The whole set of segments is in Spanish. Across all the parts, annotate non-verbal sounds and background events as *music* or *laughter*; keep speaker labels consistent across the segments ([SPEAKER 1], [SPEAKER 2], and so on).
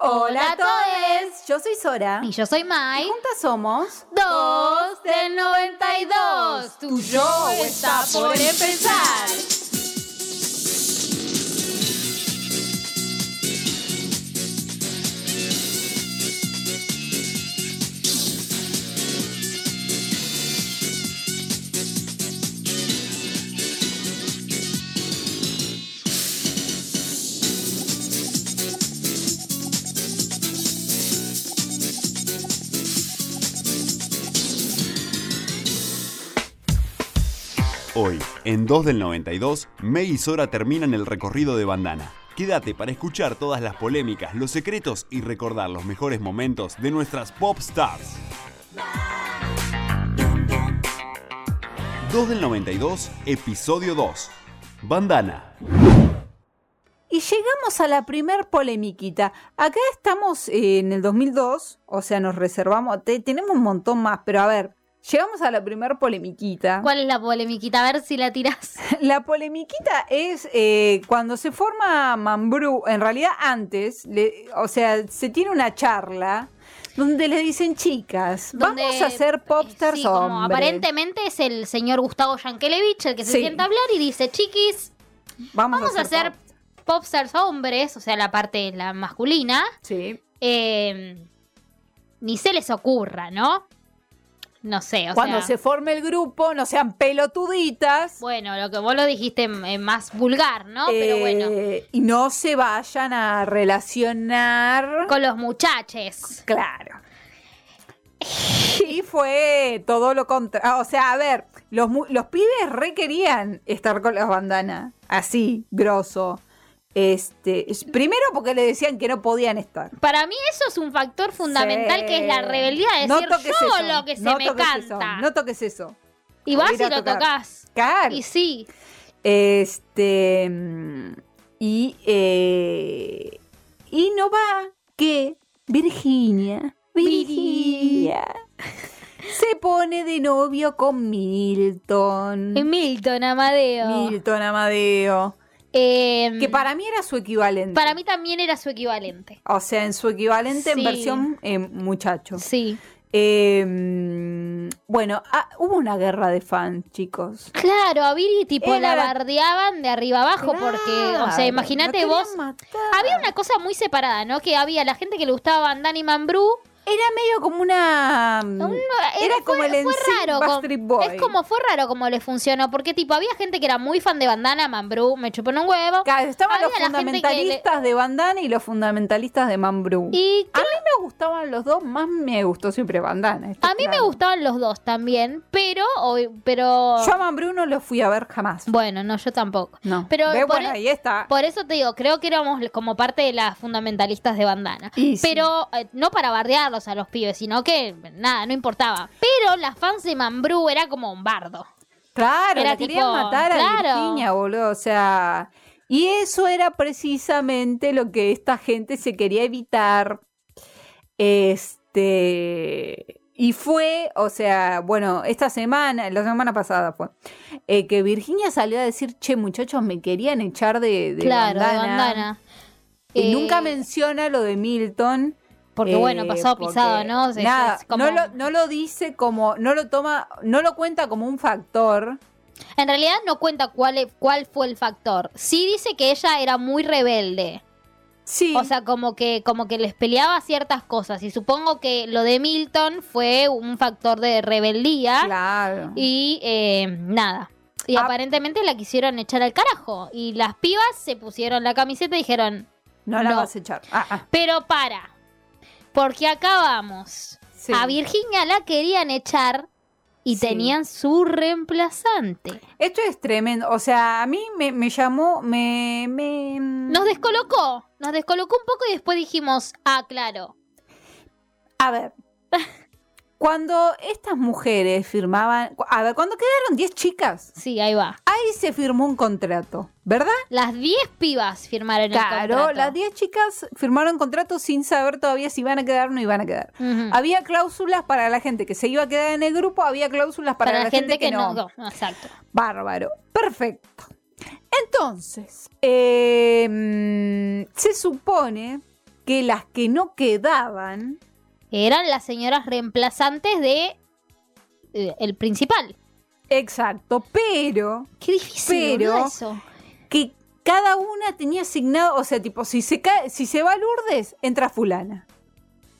[SPEAKER 1] Hola a todos.
[SPEAKER 2] Yo soy Sora.
[SPEAKER 1] Y yo soy Mai.
[SPEAKER 2] juntas somos
[SPEAKER 1] Dos del 92. Tu show está por empezar.
[SPEAKER 3] Hoy, en 2 del 92, May y Sora terminan el recorrido de Bandana. Quédate para escuchar todas las polémicas, los secretos y recordar los mejores momentos de nuestras pop stars. 2 del 92, episodio 2. Bandana.
[SPEAKER 2] y llegamos a la primer polemiquita. Acá estamos eh, en el 2002, o sea, nos reservamos, te- tenemos un montón más, pero a ver, llegamos a la primer polemiquita.
[SPEAKER 1] ¿Cuál es la polemiquita? A ver si la tirás.
[SPEAKER 2] La polemiquita es eh, cuando se forma Mambrú, en realidad antes, le- o sea, se tiene una charla donde le dicen chicas, *laughs*
[SPEAKER 1] Donde- eh,
[SPEAKER 2] vamos a ser popstars
[SPEAKER 1] Sí, como
[SPEAKER 2] hombres.
[SPEAKER 1] aparentemente es el señor Gustavo Yankelevich el que se
[SPEAKER 2] Sí.
[SPEAKER 1] sienta a hablar y dice, chiquis, vamos a ser
[SPEAKER 2] pop-
[SPEAKER 1] popstars hombres, o sea, la parte la masculina.
[SPEAKER 2] Sí.
[SPEAKER 1] eh, ni se les ocurra, ¿no? No sé, o
[SPEAKER 2] Cuando
[SPEAKER 1] sea...
[SPEAKER 2] se forme el grupo, no sean pelotuditas.
[SPEAKER 1] Bueno, lo que vos lo dijiste eh, más vulgar, ¿no? Pero
[SPEAKER 2] eh,
[SPEAKER 1] bueno,
[SPEAKER 2] Y no se vayan a relacionar.
[SPEAKER 1] con los muchaches.
[SPEAKER 2] Claro. Y fue todo lo contra. ah, O sea, a ver, los, mu- los pibes requerían estar con las bandanas. Así, grosso. Este, es- primero porque le decían que no podían estar.
[SPEAKER 1] Para mí eso es un factor fundamental
[SPEAKER 2] Sí.
[SPEAKER 1] que es la rebeldía de decir
[SPEAKER 2] toques
[SPEAKER 1] yo
[SPEAKER 2] eso,
[SPEAKER 1] lo que se
[SPEAKER 2] no
[SPEAKER 1] me
[SPEAKER 2] toques
[SPEAKER 1] canta.
[SPEAKER 2] eso, no toques eso.
[SPEAKER 1] y vas y
[SPEAKER 2] ir a
[SPEAKER 1] lo
[SPEAKER 2] tocar.
[SPEAKER 1] tocas.
[SPEAKER 2] Claro.
[SPEAKER 1] Y sí,
[SPEAKER 2] Este. mm, Y. eh, y no va que Virginia. Virginia. se pone de novio con Milton.
[SPEAKER 1] en Milton Amadeo.
[SPEAKER 2] Milton Amadeo.
[SPEAKER 1] Eh,
[SPEAKER 2] Que para mí era su equivalente.
[SPEAKER 1] para mí también era su equivalente.
[SPEAKER 2] O sea, en su equivalente
[SPEAKER 1] Sí.
[SPEAKER 2] en versión eh, muchacho.
[SPEAKER 1] Sí.
[SPEAKER 2] Eh, mm, bueno, ah, hubo una guerra de fans, chicos.
[SPEAKER 1] Claro, a Viri tipo
[SPEAKER 2] Era
[SPEAKER 1] la
[SPEAKER 2] la-
[SPEAKER 1] bardeaban de arriba abajo porque, o sea,
[SPEAKER 2] Claro,
[SPEAKER 1] imagínate
[SPEAKER 2] lo querían
[SPEAKER 1] vos.
[SPEAKER 2] matar.
[SPEAKER 1] Había una cosa muy separada, ¿no? Que había la gente que le gustaba Bandana y Mambrú.
[SPEAKER 2] Era medio como una. Mm. Era
[SPEAKER 1] fue-
[SPEAKER 2] como el
[SPEAKER 1] fue
[SPEAKER 2] NSYNC
[SPEAKER 1] raro,
[SPEAKER 2] Backstreet
[SPEAKER 1] com-
[SPEAKER 2] Boy.
[SPEAKER 1] Es como fue raro como le funcionó, porque tipo había gente que era muy fan de Bandana, Mambrú, me chupó un huevo.
[SPEAKER 2] Claro, estaban los
[SPEAKER 1] Había la gente que
[SPEAKER 2] fundamentalistas de Bandana y los fundamentalistas de Mambrú.
[SPEAKER 1] Y
[SPEAKER 2] A mí me gustaban los dos, más me gustó siempre Bandana. esto
[SPEAKER 1] a mí me
[SPEAKER 2] claro.
[SPEAKER 1] gustaban los dos también, pero ob- pero
[SPEAKER 2] Yo a Mambrú no lo fui a ver jamás.
[SPEAKER 1] bueno, no yo tampoco.
[SPEAKER 2] No.
[SPEAKER 1] Pero
[SPEAKER 2] Ve,
[SPEAKER 1] por
[SPEAKER 2] bueno,
[SPEAKER 1] e-
[SPEAKER 2] ahí está.
[SPEAKER 1] Por eso te digo, creo que éramos como parte de las fundamentalistas de bandana.
[SPEAKER 2] Y sí.
[SPEAKER 1] Pero eh, no para bardearlos a los pibes, sino que nada, no importaba. Pero las fans de Mambrú era como un bardo.
[SPEAKER 2] Claro,
[SPEAKER 1] Era
[SPEAKER 2] la querían
[SPEAKER 1] tipo,
[SPEAKER 2] matar a
[SPEAKER 1] claro.
[SPEAKER 2] Virginia, boludo. O sea. Y eso era precisamente lo que esta gente se quería evitar. Este. Y fue, o sea, bueno, esta semana, la semana pasada fue, eh, que Virginia salió a decir, che, muchachos, me querían echar de, de
[SPEAKER 1] claro,
[SPEAKER 2] bandana.
[SPEAKER 1] de bandana.
[SPEAKER 2] Y
[SPEAKER 1] Eh,
[SPEAKER 2] nunca menciona lo de Milton.
[SPEAKER 1] Porque
[SPEAKER 2] Eh,
[SPEAKER 1] bueno, pasado
[SPEAKER 2] porque
[SPEAKER 1] pisado, ¿no? O sea,
[SPEAKER 2] nada,
[SPEAKER 1] es como-
[SPEAKER 2] no, lo, no lo dice como, no lo toma, no lo cuenta como un factor.
[SPEAKER 1] En realidad no cuenta cuál, e- cuál fue el factor. Sí dice que ella era muy rebelde.
[SPEAKER 2] Sí.
[SPEAKER 1] O sea, como que, como que les peleaba ciertas cosas. Y supongo que lo de Milton fue un factor de rebeldía.
[SPEAKER 2] claro.
[SPEAKER 1] Y eh, nada. Y
[SPEAKER 2] Ah.
[SPEAKER 1] aparentemente la quisieron echar al carajo. Y las pibas se pusieron la camiseta y dijeron,
[SPEAKER 2] no la
[SPEAKER 1] no.
[SPEAKER 2] vas a echar. Ah, ah,
[SPEAKER 1] pero para. Porque acá vamos.
[SPEAKER 2] sí.
[SPEAKER 1] A Virginia la querían echar y
[SPEAKER 2] Sí.
[SPEAKER 1] tenían su reemplazante.
[SPEAKER 2] Esto es tremendo. O sea, a mí me, me llamó, me, me- mm,
[SPEAKER 1] Nos descolocó, nos descolocó un poco y después dijimos, ah, claro.
[SPEAKER 2] A ver. *laughs* Cuando estas mujeres firmaban, a ver, cuando quedaron 10 chicas,
[SPEAKER 1] Sí, ahí va.
[SPEAKER 2] ahí se firmó un contrato, ¿verdad?
[SPEAKER 1] Las 10 pibas firmaron el
[SPEAKER 2] Claro,
[SPEAKER 1] contrato.
[SPEAKER 2] las 10 chicas firmaron contrato sin saber todavía si iban a quedar o no iban a quedar.
[SPEAKER 1] Ujú.
[SPEAKER 2] Había cláusulas para la gente que se iba a quedar en el grupo, había cláusulas para, la, gente, que, no.
[SPEAKER 1] Exacto.
[SPEAKER 2] Bárbaro. Perfecto. Entonces, eh, mm, se em, supone que las que no quedaban,
[SPEAKER 1] Eran las señoras reemplazantes de eh, el principal.
[SPEAKER 2] exacto, pero
[SPEAKER 1] Qué difícil
[SPEAKER 2] Pero-
[SPEAKER 1] boludo, eso.
[SPEAKER 2] que cada una tenía asignado, o sea, tipo, si se, cae, si se va Lourdes, entra fulana.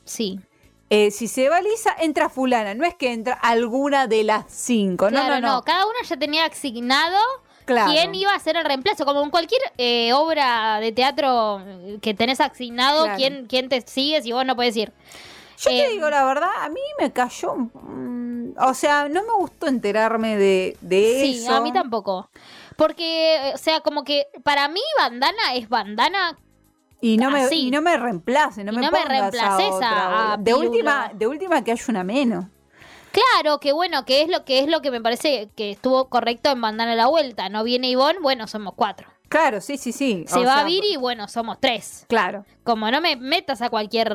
[SPEAKER 1] Sí.
[SPEAKER 2] Eh, si se va Lisa, entra fulana. No es que entra alguna de las cinco.
[SPEAKER 1] claro,
[SPEAKER 2] no, no, no.
[SPEAKER 1] Cada una ya tenía asignado
[SPEAKER 2] Claro.
[SPEAKER 1] quién iba a ser el reemplazo. Como en cualquier eh, obra de teatro eh, que tenés asignado,
[SPEAKER 2] Claro.
[SPEAKER 1] quién, quién te sigue si vos no podés ir.
[SPEAKER 2] Yo
[SPEAKER 1] Eh,
[SPEAKER 2] te digo la verdad, a mí me cayó. mm, o sea, no me gustó enterarme de, de
[SPEAKER 1] Sí,
[SPEAKER 2] eso.
[SPEAKER 1] a mí tampoco. Porque, eh, o sea, como que para mí bandana es bandana.
[SPEAKER 2] Y no me,
[SPEAKER 1] Así.
[SPEAKER 2] y no me reemplace, no
[SPEAKER 1] Y
[SPEAKER 2] me
[SPEAKER 1] no me
[SPEAKER 2] pongas a
[SPEAKER 1] reemplaces
[SPEAKER 2] otra,
[SPEAKER 1] a-
[SPEAKER 2] boluda.
[SPEAKER 1] a
[SPEAKER 2] de
[SPEAKER 1] Pirulo.
[SPEAKER 2] última, de última que haya una menos.
[SPEAKER 1] Claro, que bueno, que es lo que es lo que me parece que estuvo correcto en bandana a la vuelta. No viene Ivonne, bueno, somos cuatro.
[SPEAKER 2] Claro, sí, sí, sí.
[SPEAKER 1] Se
[SPEAKER 2] o
[SPEAKER 1] va
[SPEAKER 2] sea,
[SPEAKER 1] Viri, bueno, somos tres.
[SPEAKER 2] Claro.
[SPEAKER 1] Como no me metas a cualquier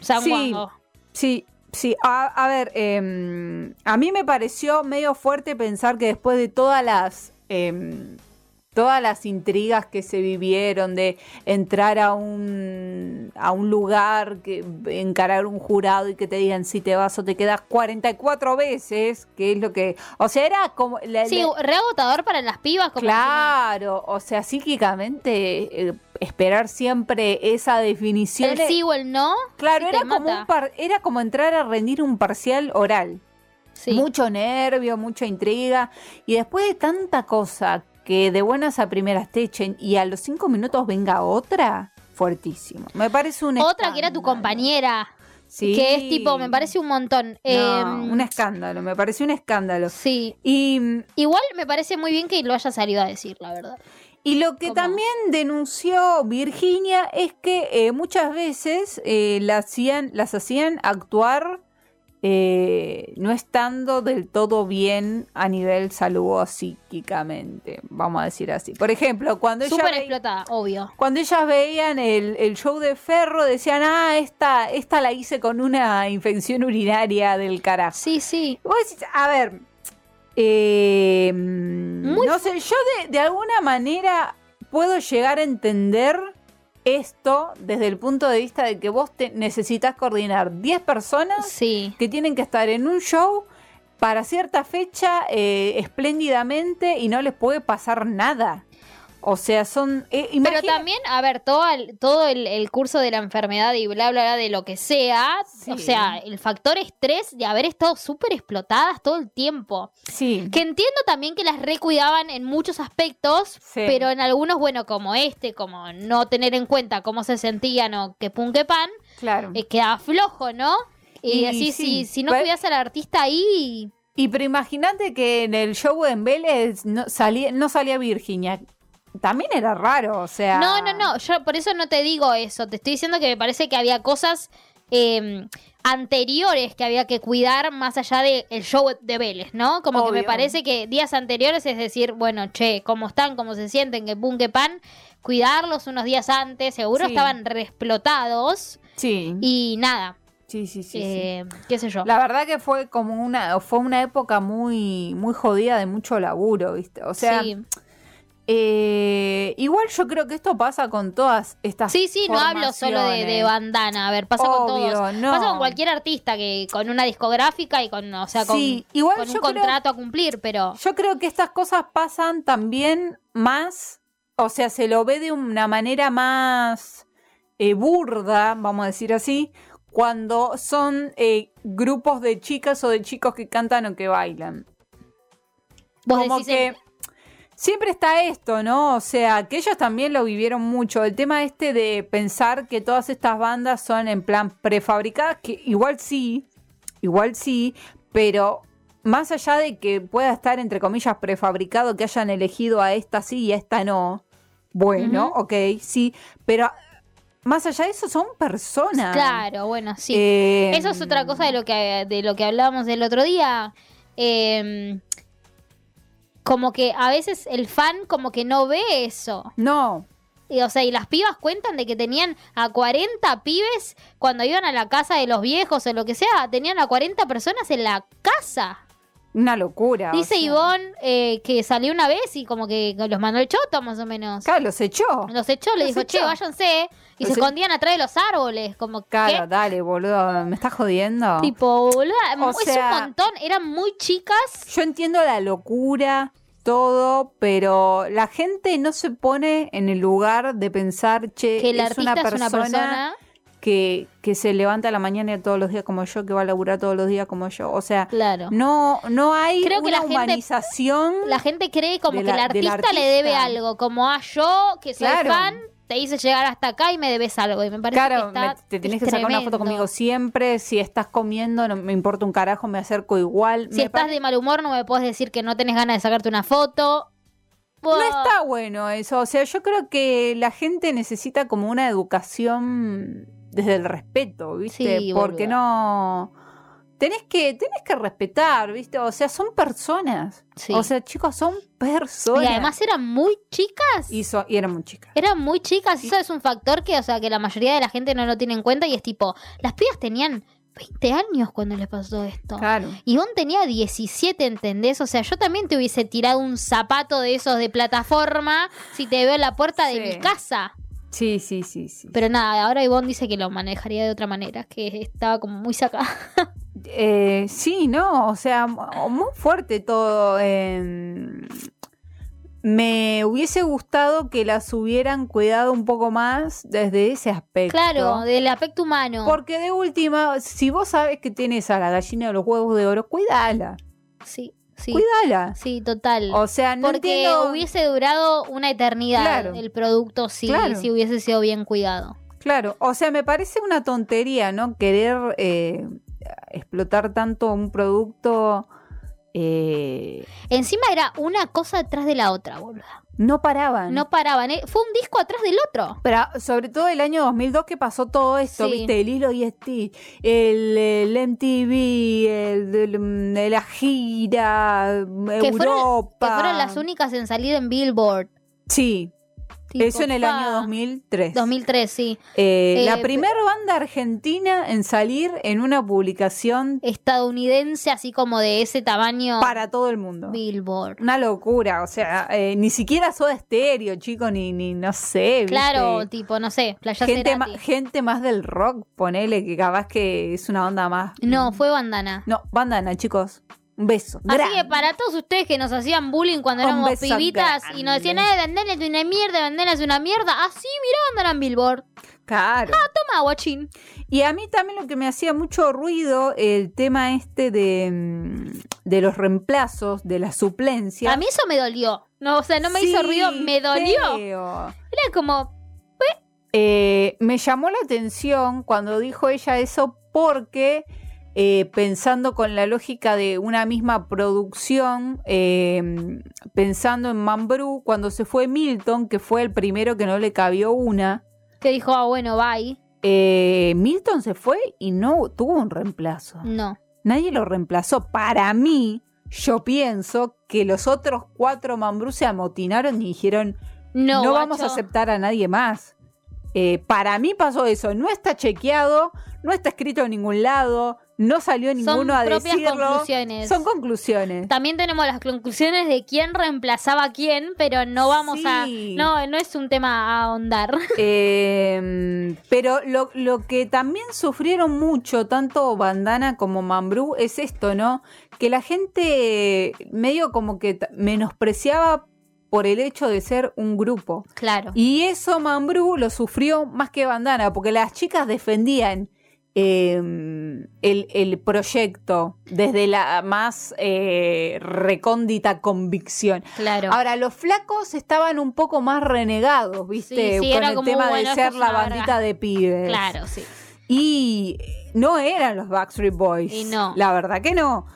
[SPEAKER 1] San
[SPEAKER 2] Sí.
[SPEAKER 1] Juanjo.
[SPEAKER 2] Sí, sí. A, a ver, em, a mí me pareció medio fuerte pensar que después de todas las. em, todas las intrigas que se vivieron de entrar a un, a un lugar, que, encarar un jurado y que te digan si te vas o te quedas 44 veces, que es lo que... O sea, era como... la-
[SPEAKER 1] Sí,
[SPEAKER 2] la-
[SPEAKER 1] reagotador para las pibas. Como encima-
[SPEAKER 2] claro, o sea, psíquicamente eh, esperar siempre esa definición...
[SPEAKER 1] el
[SPEAKER 2] es-
[SPEAKER 1] sí o el no.
[SPEAKER 2] Claro,
[SPEAKER 1] y te
[SPEAKER 2] era como,
[SPEAKER 1] mata.
[SPEAKER 2] un par- era como entrar a rendir un parcial oral.
[SPEAKER 1] Sí.
[SPEAKER 2] Mucho nervio, mucha intriga. Y después de tanta cosa que de buenas a primeras te echen y a los cinco minutos venga otra, fuertísimo. Me parece un
[SPEAKER 1] Otra que era tu
[SPEAKER 2] escándalo.
[SPEAKER 1] compañera.
[SPEAKER 2] Sí.
[SPEAKER 1] Que es tipo, me parece un montón. Eh,
[SPEAKER 2] No, un escándalo, me parece un escándalo.
[SPEAKER 1] Sí.
[SPEAKER 2] Y,
[SPEAKER 1] Igual me parece muy bien que lo haya salido a decir, la verdad.
[SPEAKER 2] y lo que
[SPEAKER 1] ¿Cómo?
[SPEAKER 2] también denunció Virginia es que eh, muchas veces eh, la hacían, las hacían actuar eh, no estando del todo bien a nivel salud psíquicamente, vamos a decir así. Por ejemplo, cuando ella
[SPEAKER 1] Súper
[SPEAKER 2] ve-
[SPEAKER 1] explotada, obvio.
[SPEAKER 2] cuando ellas veían el, el show de Ferro, decían, ah, esta, esta la hice con una infección urinaria del carajo.
[SPEAKER 1] Sí, sí.
[SPEAKER 2] Vos decís, a ver, eh, no sé, yo de, de alguna manera puedo llegar a entender esto desde el punto de vista de que vos te- necesitas coordinar 10 personas
[SPEAKER 1] Sí.
[SPEAKER 2] que tienen que estar en un show para cierta fecha eh, espléndidamente y no les puede pasar nada. O sea, son... eh,
[SPEAKER 1] Pero
[SPEAKER 2] imagina-
[SPEAKER 1] también, a ver, todo el, todo el, el curso de la enfermedad y bla, bla, bla, de lo que sea.
[SPEAKER 2] Sí.
[SPEAKER 1] O sea, el factor estrés de haber estado súper explotadas todo el tiempo.
[SPEAKER 2] Sí.
[SPEAKER 1] Que entiendo también que las recuidaban en muchos aspectos,
[SPEAKER 2] Sí.
[SPEAKER 1] pero en algunos, bueno, como este, como no tener en cuenta cómo se sentían o que pun que pan,
[SPEAKER 2] Claro.
[SPEAKER 1] eh, quedaba flojo, ¿no? Y,
[SPEAKER 2] Mm. Y sí.
[SPEAKER 1] así,
[SPEAKER 2] Pues
[SPEAKER 1] si, si no
[SPEAKER 2] Pe-
[SPEAKER 1] cuidas al artista ahí,
[SPEAKER 2] Y pero imagínate que en el show en Vélez no salía, no salía Virginia. También era raro, o sea.
[SPEAKER 1] No, no, no, yo por eso no te digo eso, te estoy diciendo que me parece que había cosas eh, anteriores que había que cuidar más allá del show de Vélez, ¿no? Como que me
[SPEAKER 2] Obvio.
[SPEAKER 1] parece que días anteriores es decir, bueno, che, cómo están, cómo se sienten, que pum, que pan, cuidarlos unos días antes, seguro
[SPEAKER 2] Sí.
[SPEAKER 1] estaban re explotados
[SPEAKER 2] Sí,
[SPEAKER 1] y nada,
[SPEAKER 2] sí, sí, sí, sí.
[SPEAKER 1] eh, qué sé yo.
[SPEAKER 2] La verdad que fue como una, fue una época muy, muy jodida de mucho laburo, ¿viste? O sea,
[SPEAKER 1] sí,
[SPEAKER 2] eh, igual yo creo que esto pasa con todas estas.
[SPEAKER 1] sí, sí, no hablo solo de, de
[SPEAKER 2] formaciones.
[SPEAKER 1] bandana, a ver, pasa con
[SPEAKER 2] Obvio,
[SPEAKER 1] todos.
[SPEAKER 2] no.
[SPEAKER 1] Pasa con cualquier artista que con una discográfica y con, o sea, con...
[SPEAKER 2] sí, igual
[SPEAKER 1] con un
[SPEAKER 2] yo creo
[SPEAKER 1] contrato a cumplir, pero
[SPEAKER 2] Yo creo que estas cosas pasan también más, o sea, se lo ve de una manera más eh, burda, vamos a decir así, cuando son eh, grupos de chicas o de chicos que cantan o que bailan.
[SPEAKER 1] vos
[SPEAKER 2] Como
[SPEAKER 1] decís
[SPEAKER 2] que siempre está esto, ¿no? O sea, que ellos también lo vivieron mucho. El tema este de pensar que todas estas bandas son en plan prefabricadas, que igual sí, igual sí, pero más allá de que pueda estar entre comillas prefabricado, que hayan elegido a esta sí y a esta no, bueno, ok, sí, pero más allá de eso son personas.
[SPEAKER 1] claro, bueno, sí.
[SPEAKER 2] Eh,
[SPEAKER 1] Eso es otra cosa de lo que de lo que hablábamos el otro día. Eh, como que a veces el fan como que no ve eso.
[SPEAKER 2] No,
[SPEAKER 1] Y, o sea, y las pibas cuentan de que tenían a 40 pibes cuando iban a la casa de los viejos o lo que sea, tenían a 40 personas en la casa.
[SPEAKER 2] Una locura. o
[SPEAKER 1] Dice
[SPEAKER 2] sea.
[SPEAKER 1] Ivonne eh, que salió una vez y como que los mandó el choto, más o menos.
[SPEAKER 2] Claro, los echó.
[SPEAKER 1] Los echó,
[SPEAKER 2] Los
[SPEAKER 1] le dijo, che,
[SPEAKER 2] echó.
[SPEAKER 1] váyanse. Y
[SPEAKER 2] Los e-
[SPEAKER 1] se escondían atrás de los árboles. Como
[SPEAKER 2] Claro,
[SPEAKER 1] que.
[SPEAKER 2] dale, boludo. ¿Me estás jodiendo?
[SPEAKER 1] Tipo, boluda,
[SPEAKER 2] O
[SPEAKER 1] es
[SPEAKER 2] sea-
[SPEAKER 1] un montón. Eran muy chicas.
[SPEAKER 2] Yo entiendo la locura, todo, pero la gente no se pone en el lugar de pensar, che,
[SPEAKER 1] Que el
[SPEAKER 2] eh, es,
[SPEAKER 1] artista
[SPEAKER 2] una
[SPEAKER 1] es una persona.
[SPEAKER 2] que, que se levanta a la mañana todos los días como yo, que va a laburar todos los días como yo. O sea,
[SPEAKER 1] Claro.
[SPEAKER 2] no, no hay
[SPEAKER 1] Creo que
[SPEAKER 2] una
[SPEAKER 1] la gente-
[SPEAKER 2] humanización.
[SPEAKER 1] La gente cree como
[SPEAKER 2] De
[SPEAKER 1] que el
[SPEAKER 2] la- del
[SPEAKER 1] artista, le debe
[SPEAKER 2] artista.
[SPEAKER 1] algo. Como, ah, yo, que soy
[SPEAKER 2] Claro.
[SPEAKER 1] fan, te hice llegar hasta acá y me debes algo. Y me parece
[SPEAKER 2] Claro,
[SPEAKER 1] que está.
[SPEAKER 2] me- te tenés
[SPEAKER 1] es
[SPEAKER 2] que sacar una foto
[SPEAKER 1] tremendo.
[SPEAKER 2] conmigo siempre. Si estás comiendo, no me importa un carajo, me acerco igual.
[SPEAKER 1] Si
[SPEAKER 2] Me
[SPEAKER 1] estás
[SPEAKER 2] pare-
[SPEAKER 1] de mal humor, no me puedes decir que no tenés ganas de sacarte una foto.
[SPEAKER 2] No está bueno eso. O sea, yo creo que la gente necesita como una educación desde el respeto, ¿viste?
[SPEAKER 1] Sí,
[SPEAKER 2] Porque
[SPEAKER 1] boluda.
[SPEAKER 2] no. Tenés que, tenés que respetar, ¿viste? O sea, son personas.
[SPEAKER 1] Sí.
[SPEAKER 2] O sea, chicos, son personas.
[SPEAKER 1] Y además eran muy chicas.
[SPEAKER 2] Y, so- y eran muy chicas.
[SPEAKER 1] Eran muy chicas, eso es un factor que, o sea, que la mayoría de la gente no lo tiene en cuenta y es tipo, las pibas tenían 20 años cuando les pasó esto.
[SPEAKER 2] Claro.
[SPEAKER 1] Ivonne tenía 17, ¿entendés? O sea, yo también te hubiese tirado un zapato de esos de plataforma si te veo en la puerta de
[SPEAKER 2] Sí.
[SPEAKER 1] mi casa.
[SPEAKER 2] Sí, sí, sí, sí.
[SPEAKER 1] Pero nada, ahora Ivonne dice que lo manejaría de otra manera, que estaba como muy sacada.
[SPEAKER 2] Eh, sí, no, o sea, mu- muy fuerte todo. eh, me hubiese gustado que las hubieran cuidado un poco más desde ese aspecto.
[SPEAKER 1] Claro, del aspecto humano.
[SPEAKER 2] Porque de última, si vos sabes que tenés a la gallina de los huevos de oro, cuídala,
[SPEAKER 1] Sí, sí,
[SPEAKER 2] cuídala.
[SPEAKER 1] sí, total.
[SPEAKER 2] O sea, no
[SPEAKER 1] Porque
[SPEAKER 2] entiendo-
[SPEAKER 1] hubiese durado una eternidad
[SPEAKER 2] Claro.
[SPEAKER 1] el producto si,
[SPEAKER 2] Claro.
[SPEAKER 1] si hubiese sido bien cuidado.
[SPEAKER 2] Claro, o sea, me parece una tontería, ¿no? Querer eh, explotar tanto un producto... eh,
[SPEAKER 1] Encima era una cosa atrás de la otra, boluda.
[SPEAKER 2] no paraban.
[SPEAKER 1] No paraban. eh. Fue un disco atrás del otro.
[SPEAKER 2] Pero sobre todo el año 2002 que pasó todo esto,
[SPEAKER 1] Sí.
[SPEAKER 2] ¿viste? El hilo y Stitch, el, el MTV, el, el- el- la gira, Europa.
[SPEAKER 1] fueron- Que fueron las únicas en salir en Billboard.
[SPEAKER 2] Sí,
[SPEAKER 1] Tipo,
[SPEAKER 2] eso en el
[SPEAKER 1] fa.
[SPEAKER 2] año 2003.
[SPEAKER 1] 2003, sí.
[SPEAKER 2] Eh,
[SPEAKER 1] Eh,
[SPEAKER 2] la
[SPEAKER 1] pe-
[SPEAKER 2] primera banda argentina en salir en una publicación
[SPEAKER 1] Estadounidense, así como de ese tamaño.
[SPEAKER 2] para todo el mundo.
[SPEAKER 1] Billboard.
[SPEAKER 2] Una locura, o sea, eh, ni siquiera Soda Stereo, chico, ni, ni no sé. ¿viste?
[SPEAKER 1] Claro, tipo, no sé, Playa
[SPEAKER 2] gente, ma-
[SPEAKER 1] Cerati.
[SPEAKER 2] gente más del rock, ponele, que capaz que es una onda más.
[SPEAKER 1] No, fue bandana.
[SPEAKER 2] No, bandana, chicos. Un beso.
[SPEAKER 1] Así que
[SPEAKER 2] grande.
[SPEAKER 1] para todos ustedes que nos hacían bullying cuando
[SPEAKER 2] Un
[SPEAKER 1] éramos
[SPEAKER 2] beso
[SPEAKER 1] pibitas y nos decían,
[SPEAKER 2] grande.
[SPEAKER 1] eh, bandana es una mierda, bandana es una mierda. Así, mira, bandana en Billboard.
[SPEAKER 2] Claro.
[SPEAKER 1] Toma, guachín.
[SPEAKER 2] Y a mí también lo que me hacía mucho ruido el tema este de, mm, de los reemplazos, de la suplencia.
[SPEAKER 1] A mí eso me dolió. No, o sea, no me hizo ruido, me dolió. Era como,
[SPEAKER 2] Eh, me llamó la atención cuando dijo ella eso porque eh, pensando con la lógica de una misma producción, eh, pensando en Mambrú, cuando se fue Milton, que fue el primero que no le cabió una,
[SPEAKER 1] que dijo, ah, bueno, bye.
[SPEAKER 2] eh, Milton se fue y no tuvo un reemplazo.
[SPEAKER 1] No.
[SPEAKER 2] Nadie lo reemplazó. Para mí, yo pienso que los otros cuatro Mambrú se amotinaron y dijeron,
[SPEAKER 1] No,
[SPEAKER 2] no, vamos a
[SPEAKER 1] guacho.
[SPEAKER 2] aceptar a nadie más. Eh, para mí pasó eso, no está chequeado, no está escrito en ningún lado, no salió
[SPEAKER 1] Son
[SPEAKER 2] ninguno a
[SPEAKER 1] propias
[SPEAKER 2] decirlo.
[SPEAKER 1] conclusiones.
[SPEAKER 2] Son
[SPEAKER 1] *laughs*
[SPEAKER 2] conclusiones.
[SPEAKER 1] También tenemos las conclusiones de quién reemplazaba a quién, pero no vamos a...
[SPEAKER 2] Sí.
[SPEAKER 1] No, no es un tema a ahondar. *laughs*
[SPEAKER 2] Eh, pero lo, lo que también sufrieron mucho, tanto Bandana como Mambrú, es esto, ¿no? Que la gente eh, medio como que t- menospreciaba por el hecho de ser un grupo.
[SPEAKER 1] Claro.
[SPEAKER 2] Y eso Mambrú lo sufrió más que Bandana, porque las chicas defendían eh, el, el proyecto desde la más eh, recóndita convicción.
[SPEAKER 1] Claro.
[SPEAKER 2] Ahora, los flacos estaban un poco más renegados, ¿viste?
[SPEAKER 1] Sí, sí,
[SPEAKER 2] Con
[SPEAKER 1] era
[SPEAKER 2] el
[SPEAKER 1] como,
[SPEAKER 2] tema
[SPEAKER 1] bueno,
[SPEAKER 2] de
[SPEAKER 1] esto
[SPEAKER 2] ser
[SPEAKER 1] es
[SPEAKER 2] la
[SPEAKER 1] una
[SPEAKER 2] bandita de pibes.
[SPEAKER 1] claro, sí.
[SPEAKER 2] Y eh, no eran los Backstreet Boys.
[SPEAKER 1] Y no.
[SPEAKER 2] La verdad que no.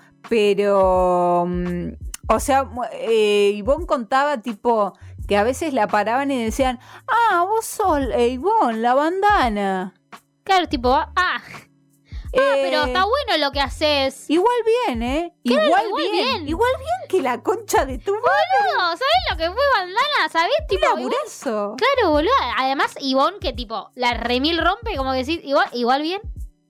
[SPEAKER 2] Pero. mm, O sea, mu- eh, Ivonne contaba, tipo, que a veces la paraban y decían: Ah, vos sos eh, Ivonne, la bandana.
[SPEAKER 1] Claro, tipo, ah, ah,
[SPEAKER 2] Eh,
[SPEAKER 1] pero está bueno lo que haces.
[SPEAKER 2] Igual bien, ¿eh? igual,
[SPEAKER 1] igual
[SPEAKER 2] bien,
[SPEAKER 1] bien.
[SPEAKER 2] Igual bien que la concha de tu
[SPEAKER 1] No, ¿sabés lo que fue bandana? ¿Sabés? Tipo, igual-
[SPEAKER 2] laburazo.
[SPEAKER 1] claro, boludo. Además, Ivonne, que tipo, la remil rompe, como que decís, igual, igual bien.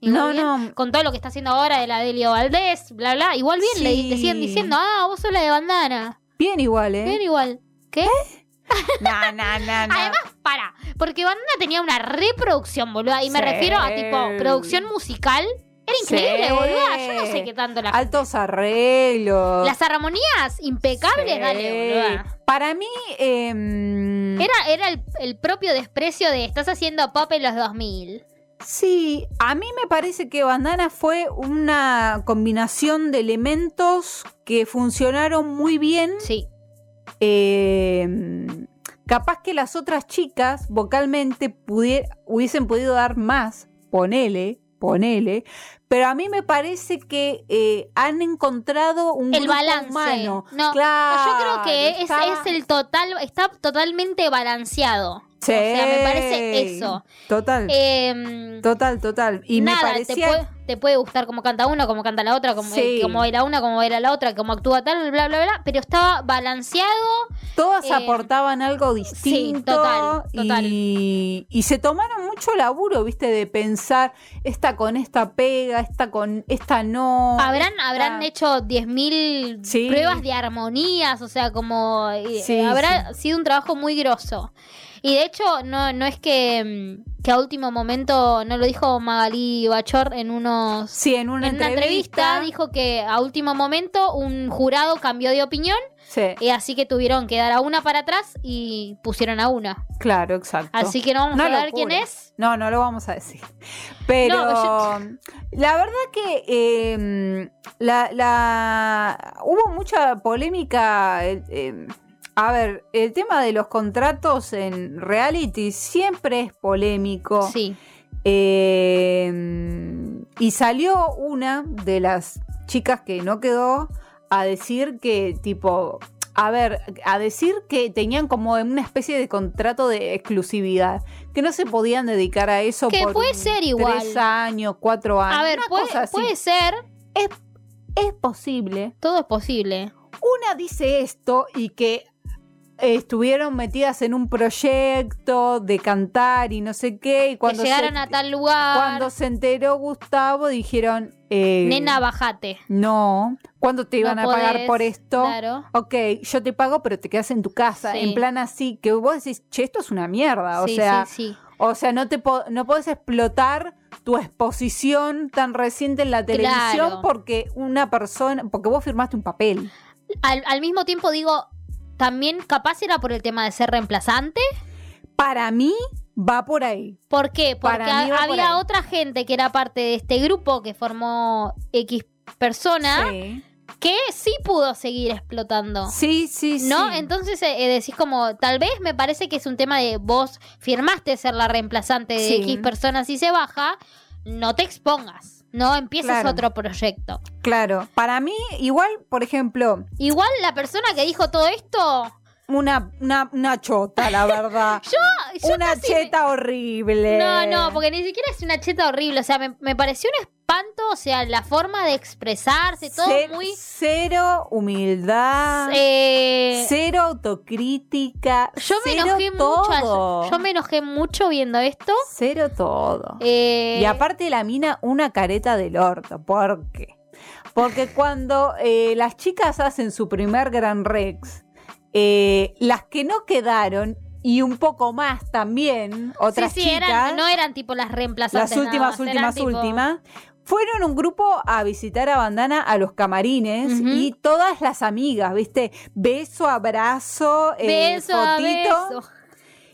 [SPEAKER 1] Igual
[SPEAKER 2] No,
[SPEAKER 1] bien,
[SPEAKER 2] no.
[SPEAKER 1] Con todo lo que está haciendo ahora de la Delio Valdés, bla, bla. Igual bien le,
[SPEAKER 2] Sí.
[SPEAKER 1] le siguen diciendo, ah, vos sos la de bandana.
[SPEAKER 2] Bien igual, ¿eh?
[SPEAKER 1] Bien igual. ¿Qué?
[SPEAKER 2] No, no, no, no.
[SPEAKER 1] *laughs* Además, para. Porque Bandana tenía una reproducción, boluda. Y me
[SPEAKER 2] Sí.
[SPEAKER 1] refiero a tipo producción musical. Era increíble,
[SPEAKER 2] Sí.
[SPEAKER 1] boluda. Yo no sé qué tanto la.
[SPEAKER 2] Altos arreglos.
[SPEAKER 1] Las armonías impecables,
[SPEAKER 2] Sí.
[SPEAKER 1] dale, boluda.
[SPEAKER 2] Para mí, em,
[SPEAKER 1] Era, era el, el propio desprecio de estás haciendo pop en los 2000.
[SPEAKER 2] Sí, a mí me parece que Bandana fue una combinación de elementos que funcionaron muy bien.
[SPEAKER 1] Sí.
[SPEAKER 2] Eh, capaz que las otras chicas vocalmente pudie- hubiesen podido dar más, ponele, ponele. Pero a mí me parece que eh, han encontrado un
[SPEAKER 1] El
[SPEAKER 2] grupo
[SPEAKER 1] balance.
[SPEAKER 2] humano.
[SPEAKER 1] No,
[SPEAKER 2] Claro,
[SPEAKER 1] Yo creo que es,
[SPEAKER 2] está-
[SPEAKER 1] es el total, está totalmente balanceado.
[SPEAKER 2] Sí.
[SPEAKER 1] sea, me parece eso.
[SPEAKER 2] Total,
[SPEAKER 1] Em,
[SPEAKER 2] total, total. Y
[SPEAKER 1] nada,
[SPEAKER 2] me
[SPEAKER 1] te,
[SPEAKER 2] parecía
[SPEAKER 1] puede, te puede gustar cómo canta uno, cómo canta la otra, cómo,
[SPEAKER 2] Sí.
[SPEAKER 1] cómo baila una, cómo baila la otra, cómo actúa tal, bla, bla, bla, pero estaba balanceado.
[SPEAKER 2] Todas
[SPEAKER 1] Eh,
[SPEAKER 2] aportaban algo distinto.
[SPEAKER 1] total, total.
[SPEAKER 2] Y, y se tomaron mucho laburo, viste, de pensar esta con esta pega, esta con esta no.
[SPEAKER 1] Habrán,
[SPEAKER 2] esta-
[SPEAKER 1] habrán hecho 10.000
[SPEAKER 2] Sí.
[SPEAKER 1] pruebas de armonías, o sea, como eh,
[SPEAKER 2] Sí,
[SPEAKER 1] habrá sido un trabajo muy grosso. Y de hecho, no, no es que, mm, que a último momento, no lo dijo Magalí Bachor en unos
[SPEAKER 2] Sí, en una
[SPEAKER 1] en una
[SPEAKER 2] entrevista.
[SPEAKER 1] entrevista dijo que a último momento un jurado cambió de opinión
[SPEAKER 2] Sí,
[SPEAKER 1] y así que tuvieron que dar a una para atrás y pusieron a una.
[SPEAKER 2] claro, exacto.
[SPEAKER 1] Así que no vamos
[SPEAKER 2] Una
[SPEAKER 1] a ver
[SPEAKER 2] locura.
[SPEAKER 1] quién es.
[SPEAKER 2] No, no lo vamos a decir. Pero
[SPEAKER 1] No,
[SPEAKER 2] la verdad que eh, la, la- hubo mucha polémica. eh, eh, a ver, el tema de los contratos en reality siempre es polémico.
[SPEAKER 1] Sí.
[SPEAKER 2] Eh, y salió una de las chicas que no quedó a decir que, tipo, a ver, a decir que tenían como una especie de contrato de exclusividad, que no se podían dedicar a eso
[SPEAKER 1] Que
[SPEAKER 2] por
[SPEAKER 1] puede ser igual.
[SPEAKER 2] tres años, cuatro años.
[SPEAKER 1] A ver,
[SPEAKER 2] una cosa
[SPEAKER 1] puede,
[SPEAKER 2] así.
[SPEAKER 1] puede ser,
[SPEAKER 2] es posible.
[SPEAKER 1] todo es posible.
[SPEAKER 2] Una dice esto y que eh, estuvieron metidas en un proyecto de cantar y no sé qué, y cuando
[SPEAKER 1] que llegaran
[SPEAKER 2] se-
[SPEAKER 1] a tal lugar.
[SPEAKER 2] Cuando se enteró Gustavo, dijeron. eh,
[SPEAKER 1] Nena, bajate.
[SPEAKER 2] No. ¿Cuándo te iban
[SPEAKER 1] No
[SPEAKER 2] a pagar
[SPEAKER 1] podés,
[SPEAKER 2] por esto?
[SPEAKER 1] Claro.
[SPEAKER 2] Ok, yo te pago, pero te quedas en tu casa.
[SPEAKER 1] Sí.
[SPEAKER 2] En plan así, que vos decís, che, esto es una mierda. Ah, O
[SPEAKER 1] sí,
[SPEAKER 2] sea,
[SPEAKER 1] sí, sí.
[SPEAKER 2] o sea, no te po- no podés explotar tu exposición tan reciente en la televisión
[SPEAKER 1] Claro.
[SPEAKER 2] porque una persona, porque vos firmaste un papel.
[SPEAKER 1] Al, al mismo tiempo digo, también capaz era por el tema de ser reemplazante.
[SPEAKER 2] Para mí, va por ahí.
[SPEAKER 1] ¿Por qué? Porque
[SPEAKER 2] Para mí va
[SPEAKER 1] ha-
[SPEAKER 2] por
[SPEAKER 1] había
[SPEAKER 2] ahí.
[SPEAKER 1] otra gente que era parte de este grupo que formó X persona
[SPEAKER 2] Sí,
[SPEAKER 1] que sí pudo seguir explotando.
[SPEAKER 2] sí, sí.
[SPEAKER 1] ¿No?
[SPEAKER 2] sí.
[SPEAKER 1] Entonces eh, eh, decís como, tal vez me parece que es un tema de vos firmaste ser la reemplazante de
[SPEAKER 2] Sí.
[SPEAKER 1] X personas si se baja, no te expongas, no empieces
[SPEAKER 2] Claro.
[SPEAKER 1] otro proyecto.
[SPEAKER 2] Claro. Para mí, igual, por ejemplo,
[SPEAKER 1] Igual la persona que dijo todo esto,
[SPEAKER 2] una, una, una chota, la verdad.
[SPEAKER 1] ah, yo
[SPEAKER 2] una
[SPEAKER 1] casi me-
[SPEAKER 2] cheta horrible.
[SPEAKER 1] No, no, porque ni siquiera es una cheta horrible, o sea, me, me pareció un espanto, o sea, la forma de expresarse, todo
[SPEAKER 2] Ce-
[SPEAKER 1] muy...
[SPEAKER 2] Cero humildad.
[SPEAKER 1] eh,
[SPEAKER 2] Cero autocrítica.
[SPEAKER 1] Yo me
[SPEAKER 2] cero
[SPEAKER 1] enojé
[SPEAKER 2] todo.
[SPEAKER 1] mucho. Yo me enojé mucho viendo esto.
[SPEAKER 2] Cero todo.
[SPEAKER 1] Eh,
[SPEAKER 2] Y aparte la mina una careta del orto. ¿Por qué?
[SPEAKER 1] *laughs*
[SPEAKER 2] Porque cuando eh, las chicas hacen su primer Gran Rex, eh, las que no quedaron, y un poco más también, otras
[SPEAKER 1] sí, sí,
[SPEAKER 2] chicas.
[SPEAKER 1] eran, no eran tipo las reemplazantes.
[SPEAKER 2] las últimas,
[SPEAKER 1] nada más,
[SPEAKER 2] últimas,
[SPEAKER 1] eran tipo-
[SPEAKER 2] últimas. Fueron un grupo a visitar a Bandana a los camarines
[SPEAKER 1] Ujú.
[SPEAKER 2] y todas las amigas, ¿viste? Beso, abrazo, eh,
[SPEAKER 1] Beso a
[SPEAKER 2] fotito.
[SPEAKER 1] beso.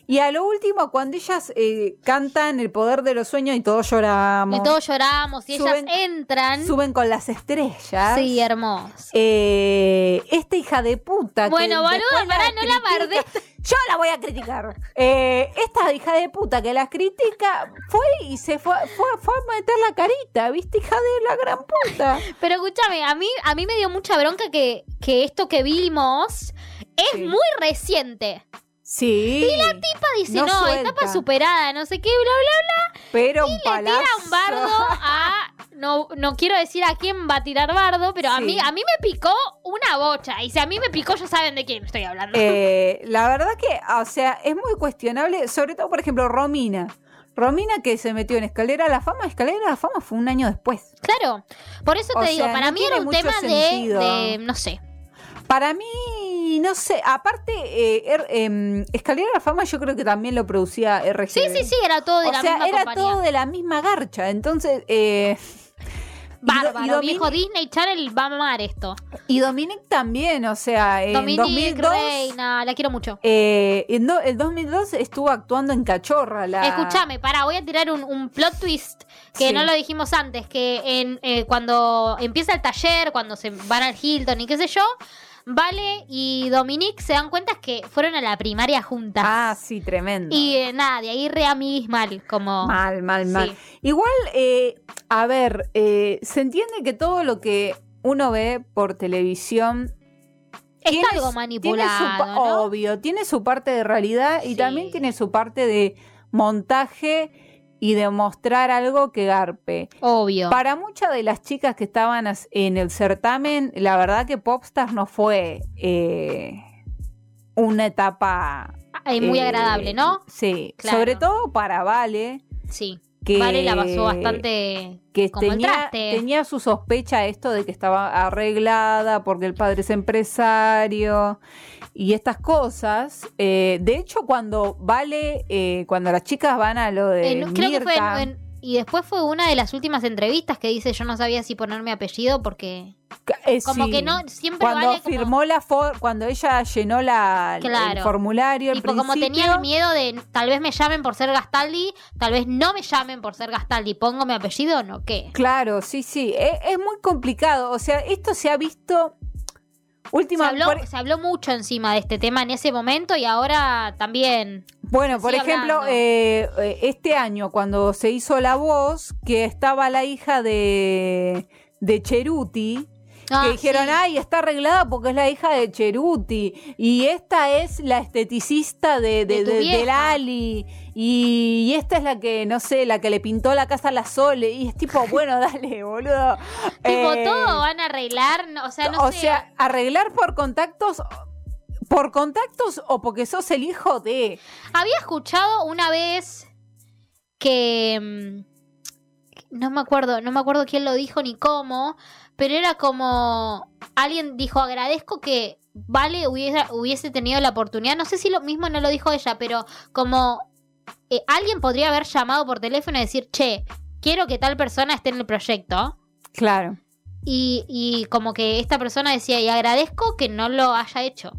[SPEAKER 2] Y a lo último, cuando ellas eh, cantan El poder de los sueños y todos lloramos,
[SPEAKER 1] Y todos lloramos y
[SPEAKER 2] Suben-
[SPEAKER 1] ellas entran.
[SPEAKER 2] suben con las estrellas.
[SPEAKER 1] Sí, hermoso.
[SPEAKER 2] Eh, esta hija de puta. que
[SPEAKER 1] Bueno, boluda,
[SPEAKER 2] después
[SPEAKER 1] pará, no la
[SPEAKER 2] critica-
[SPEAKER 1] bardé.
[SPEAKER 2] *laughs* Yo la voy a criticar. Eh, esta hija de puta que las critica fue y se fue, fue, fue a meter la carita, ¿viste? Hija de la gran puta.
[SPEAKER 1] Pero escúchame, a mí, a mí me dio mucha bronca que, que esto que vimos es
[SPEAKER 2] Sí.
[SPEAKER 1] muy reciente.
[SPEAKER 2] Sí.
[SPEAKER 1] Tipa dice,
[SPEAKER 2] No
[SPEAKER 1] no,
[SPEAKER 2] suelta.
[SPEAKER 1] etapa superada, no sé qué, bla,
[SPEAKER 2] pero un
[SPEAKER 1] bla, bla.
[SPEAKER 2] palazo.
[SPEAKER 1] Tira
[SPEAKER 2] *laughs*
[SPEAKER 1] un bardo a. No, no quiero decir a quién va a tirar bardo, pero a
[SPEAKER 2] Sí.
[SPEAKER 1] mí, a mí me picó una bocha. Y si a mí me picó, ya saben de quién estoy hablando.
[SPEAKER 2] Eh, la verdad que, o sea, es muy cuestionable, sobre todo, por ejemplo, Romina. Romina que se metió en Escalera a la Fama, Escalera a la Fama fue un año después.
[SPEAKER 1] Claro. Por eso
[SPEAKER 2] O
[SPEAKER 1] te digo,
[SPEAKER 2] sea,
[SPEAKER 1] para
[SPEAKER 2] no
[SPEAKER 1] mí era
[SPEAKER 2] tiene
[SPEAKER 1] un
[SPEAKER 2] mucho
[SPEAKER 1] tema de-
[SPEAKER 2] sentido.
[SPEAKER 1] de. No sé.
[SPEAKER 2] Para mí, no sé, aparte, eh, er- em, Escalera a la Fama yo creo que también lo producía RGB.
[SPEAKER 1] Sí, sí, sí, era todo de
[SPEAKER 2] o
[SPEAKER 1] la
[SPEAKER 2] sea,
[SPEAKER 1] misma
[SPEAKER 2] era
[SPEAKER 1] compañía.
[SPEAKER 2] todo de la misma garcha. Entonces, eh, y do- y
[SPEAKER 1] Bárbaro,
[SPEAKER 2] Dominic-
[SPEAKER 1] viejo Disney Channel va a amar esto.
[SPEAKER 2] Y Dominic también, o sea, en
[SPEAKER 1] Dominique
[SPEAKER 2] 2002.
[SPEAKER 1] Reina, la quiero mucho.
[SPEAKER 2] eh, en do- el 2002 estuvo actuando en Cachorra. La...
[SPEAKER 1] Escúchame, pará, voy a tirar un, un plot twist que
[SPEAKER 2] Sí.
[SPEAKER 1] no lo dijimos antes, que en, eh, cuando empieza el taller, cuando se van al Hilton y qué sé yo, Vale y Dominique se dan cuenta que fueron a la primaria juntas.
[SPEAKER 2] Ah, sí, tremendo.
[SPEAKER 1] y eh, nada, de ahí re amiguis mal, como...
[SPEAKER 2] Mal, mal,
[SPEAKER 1] Sí.
[SPEAKER 2] mal. Igual, eh, a ver, eh, se entiende que todo lo que uno ve por televisión
[SPEAKER 1] Está
[SPEAKER 2] su-
[SPEAKER 1] algo
[SPEAKER 2] tiene su
[SPEAKER 1] manipulado,
[SPEAKER 2] pa- oh,
[SPEAKER 1] ¿no?
[SPEAKER 2] Obvio, tiene su parte de realidad y
[SPEAKER 1] Sí.
[SPEAKER 2] también tiene su parte de montaje y de mostrar algo que garpe.
[SPEAKER 1] Obvio.
[SPEAKER 2] Para muchas de las chicas que estaban as- en el certamen, la verdad que Popstars no fue eh, una etapa...
[SPEAKER 1] Eh, muy
[SPEAKER 2] eh,
[SPEAKER 1] agradable, ¿no?
[SPEAKER 2] Sí,
[SPEAKER 1] Claro.
[SPEAKER 2] sobre todo para Vale,
[SPEAKER 1] Sí.
[SPEAKER 2] que...
[SPEAKER 1] Vale la pasó bastante...
[SPEAKER 2] que
[SPEAKER 1] como el
[SPEAKER 2] tenía,
[SPEAKER 1] traste.
[SPEAKER 2] tenía su sospecha esto de que estaba arreglada porque el padre es empresario y estas cosas. Eh, de hecho, cuando vale, eh, cuando las chicas van a lo de
[SPEAKER 1] En- eh, creo que fue
[SPEAKER 2] Mirta,
[SPEAKER 1] en- en- y después fue una de las últimas entrevistas que dice yo no sabía si ponerme apellido porque
[SPEAKER 2] eh,
[SPEAKER 1] como
[SPEAKER 2] sí.
[SPEAKER 1] que no siempre
[SPEAKER 2] Cuando
[SPEAKER 1] vale como,
[SPEAKER 2] firmó la for- cuando ella llenó la, el
[SPEAKER 1] Claro.
[SPEAKER 2] formulario, al
[SPEAKER 1] tipo, como tenía
[SPEAKER 2] principio,
[SPEAKER 1] el miedo de tal vez me llamen por ser Gastaldi, tal vez no me llamen por ser Gastaldi, pongo mi apellido no qué.
[SPEAKER 2] Claro, sí, sí. Es, es muy complicado. O sea, esto se ha visto
[SPEAKER 1] Se
[SPEAKER 2] última
[SPEAKER 1] habló,
[SPEAKER 2] por- e-,
[SPEAKER 1] se habló mucho encima de este tema en ese momento y ahora también.
[SPEAKER 2] Bueno,
[SPEAKER 1] Se
[SPEAKER 2] por
[SPEAKER 1] sigue
[SPEAKER 2] ejemplo,
[SPEAKER 1] hablando.
[SPEAKER 2] eh, eh, este año cuando se hizo La Voz, que estaba la hija de, de Cheruti,
[SPEAKER 1] Ah,
[SPEAKER 2] que dijeron,
[SPEAKER 1] sí.
[SPEAKER 2] ay, está arreglada porque es la hija de Cheruti, y esta es la esteticista de, de,
[SPEAKER 1] De tu
[SPEAKER 2] de-
[SPEAKER 1] vieja.
[SPEAKER 2] de Lali, y, y esta es la que, no sé, la que le pintó la casa a la Sole, y es
[SPEAKER 1] *laughs*
[SPEAKER 2] tipo, bueno, dale, boludo.
[SPEAKER 1] tipo
[SPEAKER 2] Eh,
[SPEAKER 1] todo van a arreglar, no- o sea, no
[SPEAKER 2] o
[SPEAKER 1] sé.
[SPEAKER 2] sea, arreglar por contactos... Por contactos o porque sos el hijo de.
[SPEAKER 1] Había escuchado una vez que mm, no me acuerdo, no me acuerdo quién lo dijo ni cómo, pero era como alguien dijo agradezco que Vale hubiese, hubiese tenido la oportunidad, no sé si lo mismo no lo dijo ella, pero como eh, alguien podría haber llamado por teléfono y decir, che, quiero que tal persona esté en el proyecto.
[SPEAKER 2] Claro.
[SPEAKER 1] Y, y como que esta persona decía, y agradezco que no lo haya hecho.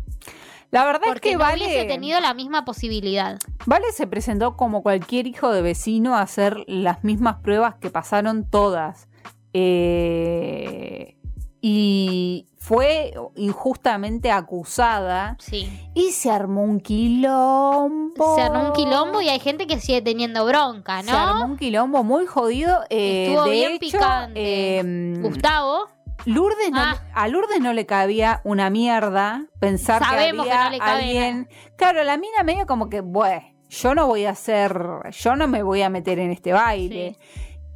[SPEAKER 2] La verdad es
[SPEAKER 1] Porque
[SPEAKER 2] que
[SPEAKER 1] no
[SPEAKER 2] vale.
[SPEAKER 1] hubiese tenido la misma posibilidad.
[SPEAKER 2] Vale se presentó como cualquier hijo de vecino a hacer las mismas pruebas que pasaron todas. Eh, y fue injustamente acusada
[SPEAKER 1] Sí.
[SPEAKER 2] y se armó un quilombo.
[SPEAKER 1] Se armó un quilombo y hay gente que sigue teniendo bronca,
[SPEAKER 2] Se
[SPEAKER 1] ¿no?
[SPEAKER 2] armó un quilombo muy jodido. eh,
[SPEAKER 1] Estuvo
[SPEAKER 2] de
[SPEAKER 1] bien
[SPEAKER 2] hecho,
[SPEAKER 1] picante.
[SPEAKER 2] eh,
[SPEAKER 1] Gustavo,
[SPEAKER 2] Lourdes no-
[SPEAKER 1] Ah.
[SPEAKER 2] a Lourdes no le cabía una mierda pensar
[SPEAKER 1] Sabemos
[SPEAKER 2] que
[SPEAKER 1] que
[SPEAKER 2] había
[SPEAKER 1] no le cabe
[SPEAKER 2] alguien. Claro, la mina medio como que, bueno, yo no voy a hacer, yo no me voy a meter en este baile.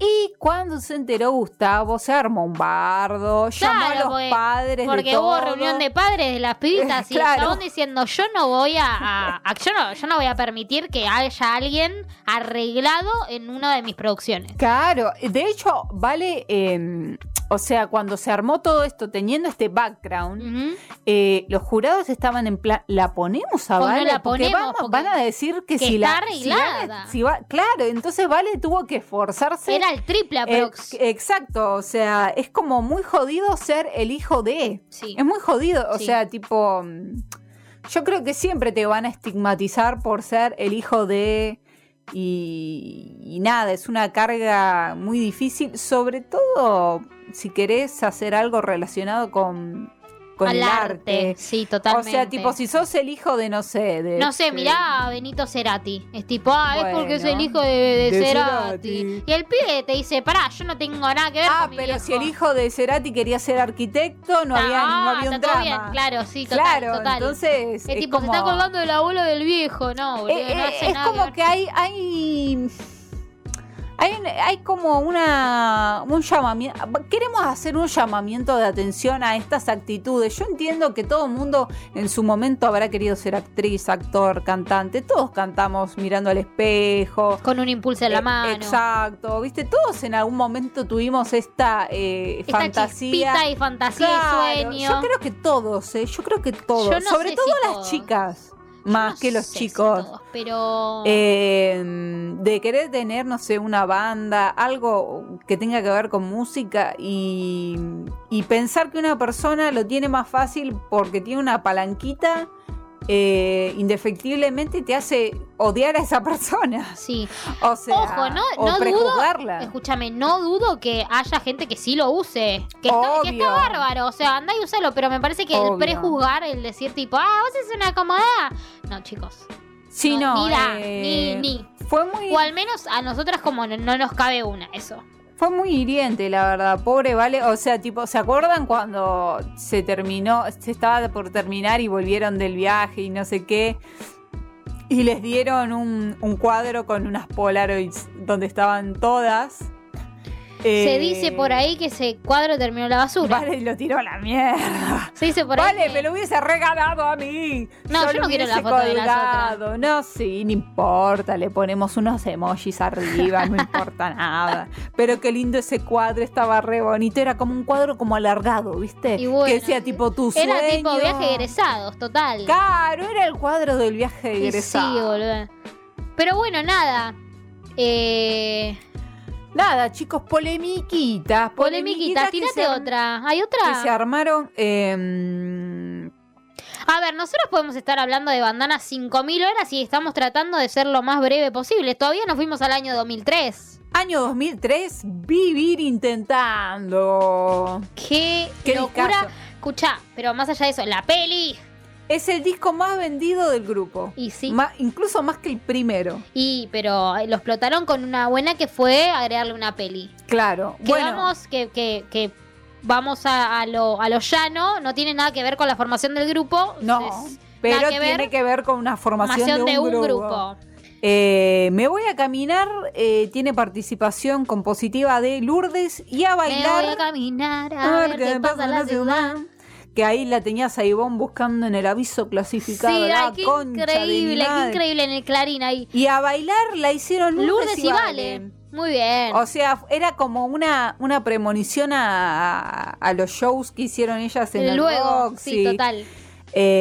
[SPEAKER 2] Y cuando se enteró Gustavo, se armó un bardo, llamó a
[SPEAKER 1] Claro,
[SPEAKER 2] los
[SPEAKER 1] porque-
[SPEAKER 2] padres de
[SPEAKER 1] porque hubo
[SPEAKER 2] todo.
[SPEAKER 1] reunión de padres de las pibitas
[SPEAKER 2] *laughs*
[SPEAKER 1] y
[SPEAKER 2] Claro.
[SPEAKER 1] el chabón diciendo yo no voy a, a- a- yo, no, yo no voy a permitir que haya alguien arreglado en una de mis producciones.
[SPEAKER 2] Claro, de hecho, vale, eh, o sea, cuando se armó todo esto, teniendo este background,
[SPEAKER 1] Ujú.
[SPEAKER 2] Eh, los jurados estaban en plan, ¿la ponemos a
[SPEAKER 1] O Pues no
[SPEAKER 2] Vale?
[SPEAKER 1] la
[SPEAKER 2] Porque
[SPEAKER 1] ponemos,
[SPEAKER 2] vamos-
[SPEAKER 1] porque-
[SPEAKER 2] van a decir que,
[SPEAKER 1] que
[SPEAKER 2] si la...
[SPEAKER 1] está
[SPEAKER 2] si Vale-
[SPEAKER 1] arreglada.
[SPEAKER 2] si Va- claro, entonces Vale tuvo que esforzarse.
[SPEAKER 1] Era el triple
[SPEAKER 2] Eh,
[SPEAKER 1] aprox.
[SPEAKER 2] exacto, o sea, es como muy jodido ser el hijo de...
[SPEAKER 1] sí.
[SPEAKER 2] Es muy jodido, o
[SPEAKER 1] Sí.
[SPEAKER 2] sea, tipo... mm, Yo creo que siempre te van a estigmatizar por ser el hijo de... Y, y nada, es una carga muy difícil, sobre todo si querés hacer algo relacionado con, con
[SPEAKER 1] Al
[SPEAKER 2] el
[SPEAKER 1] arte.
[SPEAKER 2] arte.
[SPEAKER 1] Sí, totalmente.
[SPEAKER 2] O sea, tipo, si sos el hijo de, no sé, de...
[SPEAKER 1] No sé, mirá a Benito Cerati. Es tipo, ah, es porque es el
[SPEAKER 2] Bueno.
[SPEAKER 1] hijo de, de
[SPEAKER 2] De
[SPEAKER 1] Cerati.
[SPEAKER 2] Cerati.
[SPEAKER 1] Y el pibe te dice, pará, yo no tengo nada que ver
[SPEAKER 2] Ah,
[SPEAKER 1] con mi
[SPEAKER 2] pero si
[SPEAKER 1] viejo".
[SPEAKER 2] el hijo de Cerati quería ser arquitecto, no
[SPEAKER 1] Está-
[SPEAKER 2] había, no
[SPEAKER 1] ah,
[SPEAKER 2] había un
[SPEAKER 1] está todo
[SPEAKER 2] drama.
[SPEAKER 1] bien, claro, sí, total,
[SPEAKER 2] Claro,
[SPEAKER 1] total.
[SPEAKER 2] entonces...
[SPEAKER 1] Es tipo,
[SPEAKER 2] como-
[SPEAKER 1] se está colgando del abuelo del viejo, no, boludo,
[SPEAKER 2] Eh,
[SPEAKER 1] no
[SPEAKER 2] eh,
[SPEAKER 1] hace
[SPEAKER 2] es
[SPEAKER 1] nada
[SPEAKER 2] como
[SPEAKER 1] ver.
[SPEAKER 2] que hay, hay Hay, un- hay como una, un llamamiento. Queremos hacer un llamamiento de atención a estas actitudes. Yo entiendo que todo el mundo en su momento habrá querido ser actriz, actor, cantante. Todos cantamos mirando al espejo.
[SPEAKER 1] Con un impulso en la
[SPEAKER 2] Eh,
[SPEAKER 1] mano.
[SPEAKER 2] Exacto. Viste, todos en algún momento tuvimos esta, eh,
[SPEAKER 1] Esta
[SPEAKER 2] fantasía.
[SPEAKER 1] chispita y fantasía y
[SPEAKER 2] Claro,
[SPEAKER 1] sueño.
[SPEAKER 2] Yo creo que todos, ¿eh? Yo creo que todos.
[SPEAKER 1] Yo no
[SPEAKER 2] Sobre
[SPEAKER 1] sé
[SPEAKER 2] todo
[SPEAKER 1] si
[SPEAKER 2] las
[SPEAKER 1] todos.
[SPEAKER 2] chicas, más
[SPEAKER 1] No
[SPEAKER 2] que los
[SPEAKER 1] sé si
[SPEAKER 2] chicos.
[SPEAKER 1] todos, pero.
[SPEAKER 2] Eh, de querer tener, no sé, una banda, algo que tenga que ver con música y, y pensar que una persona lo tiene más fácil porque tiene una palanquita, eh, indefectiblemente te hace odiar a esa *laughs* persona.
[SPEAKER 1] sí.
[SPEAKER 2] O sea,
[SPEAKER 1] Ojo, no-
[SPEAKER 2] o
[SPEAKER 1] no dudo-
[SPEAKER 2] prejuzgarla.
[SPEAKER 1] Escúchame, no dudo que haya gente que sí lo use. Que está, que
[SPEAKER 2] Obvio.
[SPEAKER 1] está bárbaro. O sea, anda y usalo. Pero me parece que
[SPEAKER 2] Obvio.
[SPEAKER 1] el prejuzgar, el decir tipo, ah, vos es una acomodada. No, chicos.
[SPEAKER 2] Sí,
[SPEAKER 1] no,
[SPEAKER 2] no,
[SPEAKER 1] ni da,
[SPEAKER 2] eh,
[SPEAKER 1] ni-
[SPEAKER 2] Fue muy,
[SPEAKER 1] O al menos a nosotras como no, no nos cabe una, eso.
[SPEAKER 2] fue muy hiriente, la verdad. Pobre, vale. O sea, tipo, ¿se acuerdan cuando se terminó, se estaba por terminar y volvieron del viaje y no sé qué? Y les dieron un, un cuadro con unas Polaroids donde estaban todas.
[SPEAKER 1] Se
[SPEAKER 2] Eh,
[SPEAKER 1] dice por ahí que ese cuadro terminó en la basura.
[SPEAKER 2] Vale, lo tiró a la mierda.
[SPEAKER 1] Se dice por
[SPEAKER 2] vale,
[SPEAKER 1] ahí. que-
[SPEAKER 2] me lo hubiese regalado a mí.
[SPEAKER 1] No, yo
[SPEAKER 2] lo
[SPEAKER 1] no quiero la
[SPEAKER 2] hubiese
[SPEAKER 1] foto de las
[SPEAKER 2] colgado. No, sí, no importa. Le ponemos unos emojis arriba,
[SPEAKER 1] *laughs*
[SPEAKER 2] no importa nada. Pero qué lindo ese cuadro, estaba re bonito. Era como un cuadro como alargado, ¿viste?
[SPEAKER 1] Y bueno,
[SPEAKER 2] que decía tipo tu sueño.
[SPEAKER 1] Era tipo viaje de egresados, total.
[SPEAKER 2] Claro, era el cuadro del viaje de
[SPEAKER 1] Y sí,
[SPEAKER 2] egresado.
[SPEAKER 1] boludo. Pero bueno, nada. Eh,
[SPEAKER 2] nada, chicos, polemiquitas.
[SPEAKER 1] polemiquita,
[SPEAKER 2] que
[SPEAKER 1] tírate
[SPEAKER 2] se ar-
[SPEAKER 1] otra. ¿Hay
[SPEAKER 2] Que se
[SPEAKER 1] otra?
[SPEAKER 2] armaron. eh,
[SPEAKER 1] A ver, nosotros podemos estar hablando de bandanas 5000 horas y estamos tratando de ser lo más breve posible. Todavía nos fuimos al año 2003.
[SPEAKER 2] año 2003, vivir intentando.
[SPEAKER 1] Qué,
[SPEAKER 2] Qué
[SPEAKER 1] locura.
[SPEAKER 2] discazo.
[SPEAKER 1] Escucha, pero más allá de eso, la peli.
[SPEAKER 2] Es el disco más vendido del grupo.
[SPEAKER 1] Y sí.
[SPEAKER 2] Ma- incluso más que el primero.
[SPEAKER 1] y, pero eh, lo explotaron con una buena que fue agregarle una peli.
[SPEAKER 2] Claro.
[SPEAKER 1] que
[SPEAKER 2] bueno,
[SPEAKER 1] vamos, que, que, que vamos a, a lo, a lo llano, no tiene nada que ver con la formación del grupo.
[SPEAKER 2] no.
[SPEAKER 1] es
[SPEAKER 2] Pero
[SPEAKER 1] nada que
[SPEAKER 2] tiene
[SPEAKER 1] ver.
[SPEAKER 2] que ver con una formación,
[SPEAKER 1] formación
[SPEAKER 2] de, un grupo.
[SPEAKER 1] grupo.
[SPEAKER 2] Eh, me voy a caminar. eh, tiene participación compositiva de Lourdes y a bailar.
[SPEAKER 1] Me voy a caminar
[SPEAKER 2] a
[SPEAKER 1] a
[SPEAKER 2] ver
[SPEAKER 1] ver qué pasa en la ciudad.
[SPEAKER 2] Que ahí la tenías a Ivonne buscando en el aviso
[SPEAKER 1] Sí,
[SPEAKER 2] clasificado.
[SPEAKER 1] ay,
[SPEAKER 2] la
[SPEAKER 1] qué
[SPEAKER 2] concha de mi
[SPEAKER 1] increíble, qué
[SPEAKER 2] madre.
[SPEAKER 1] increíble en el clarín ahí.
[SPEAKER 2] Y a bailar la hicieron eh. Lourdes,
[SPEAKER 1] Lourdes y Vale. Muy bien.
[SPEAKER 2] O sea, era como una, una premonición a, a- a los shows que hicieron ellas en
[SPEAKER 1] Luego,
[SPEAKER 2] el Roxy,
[SPEAKER 1] sí, total.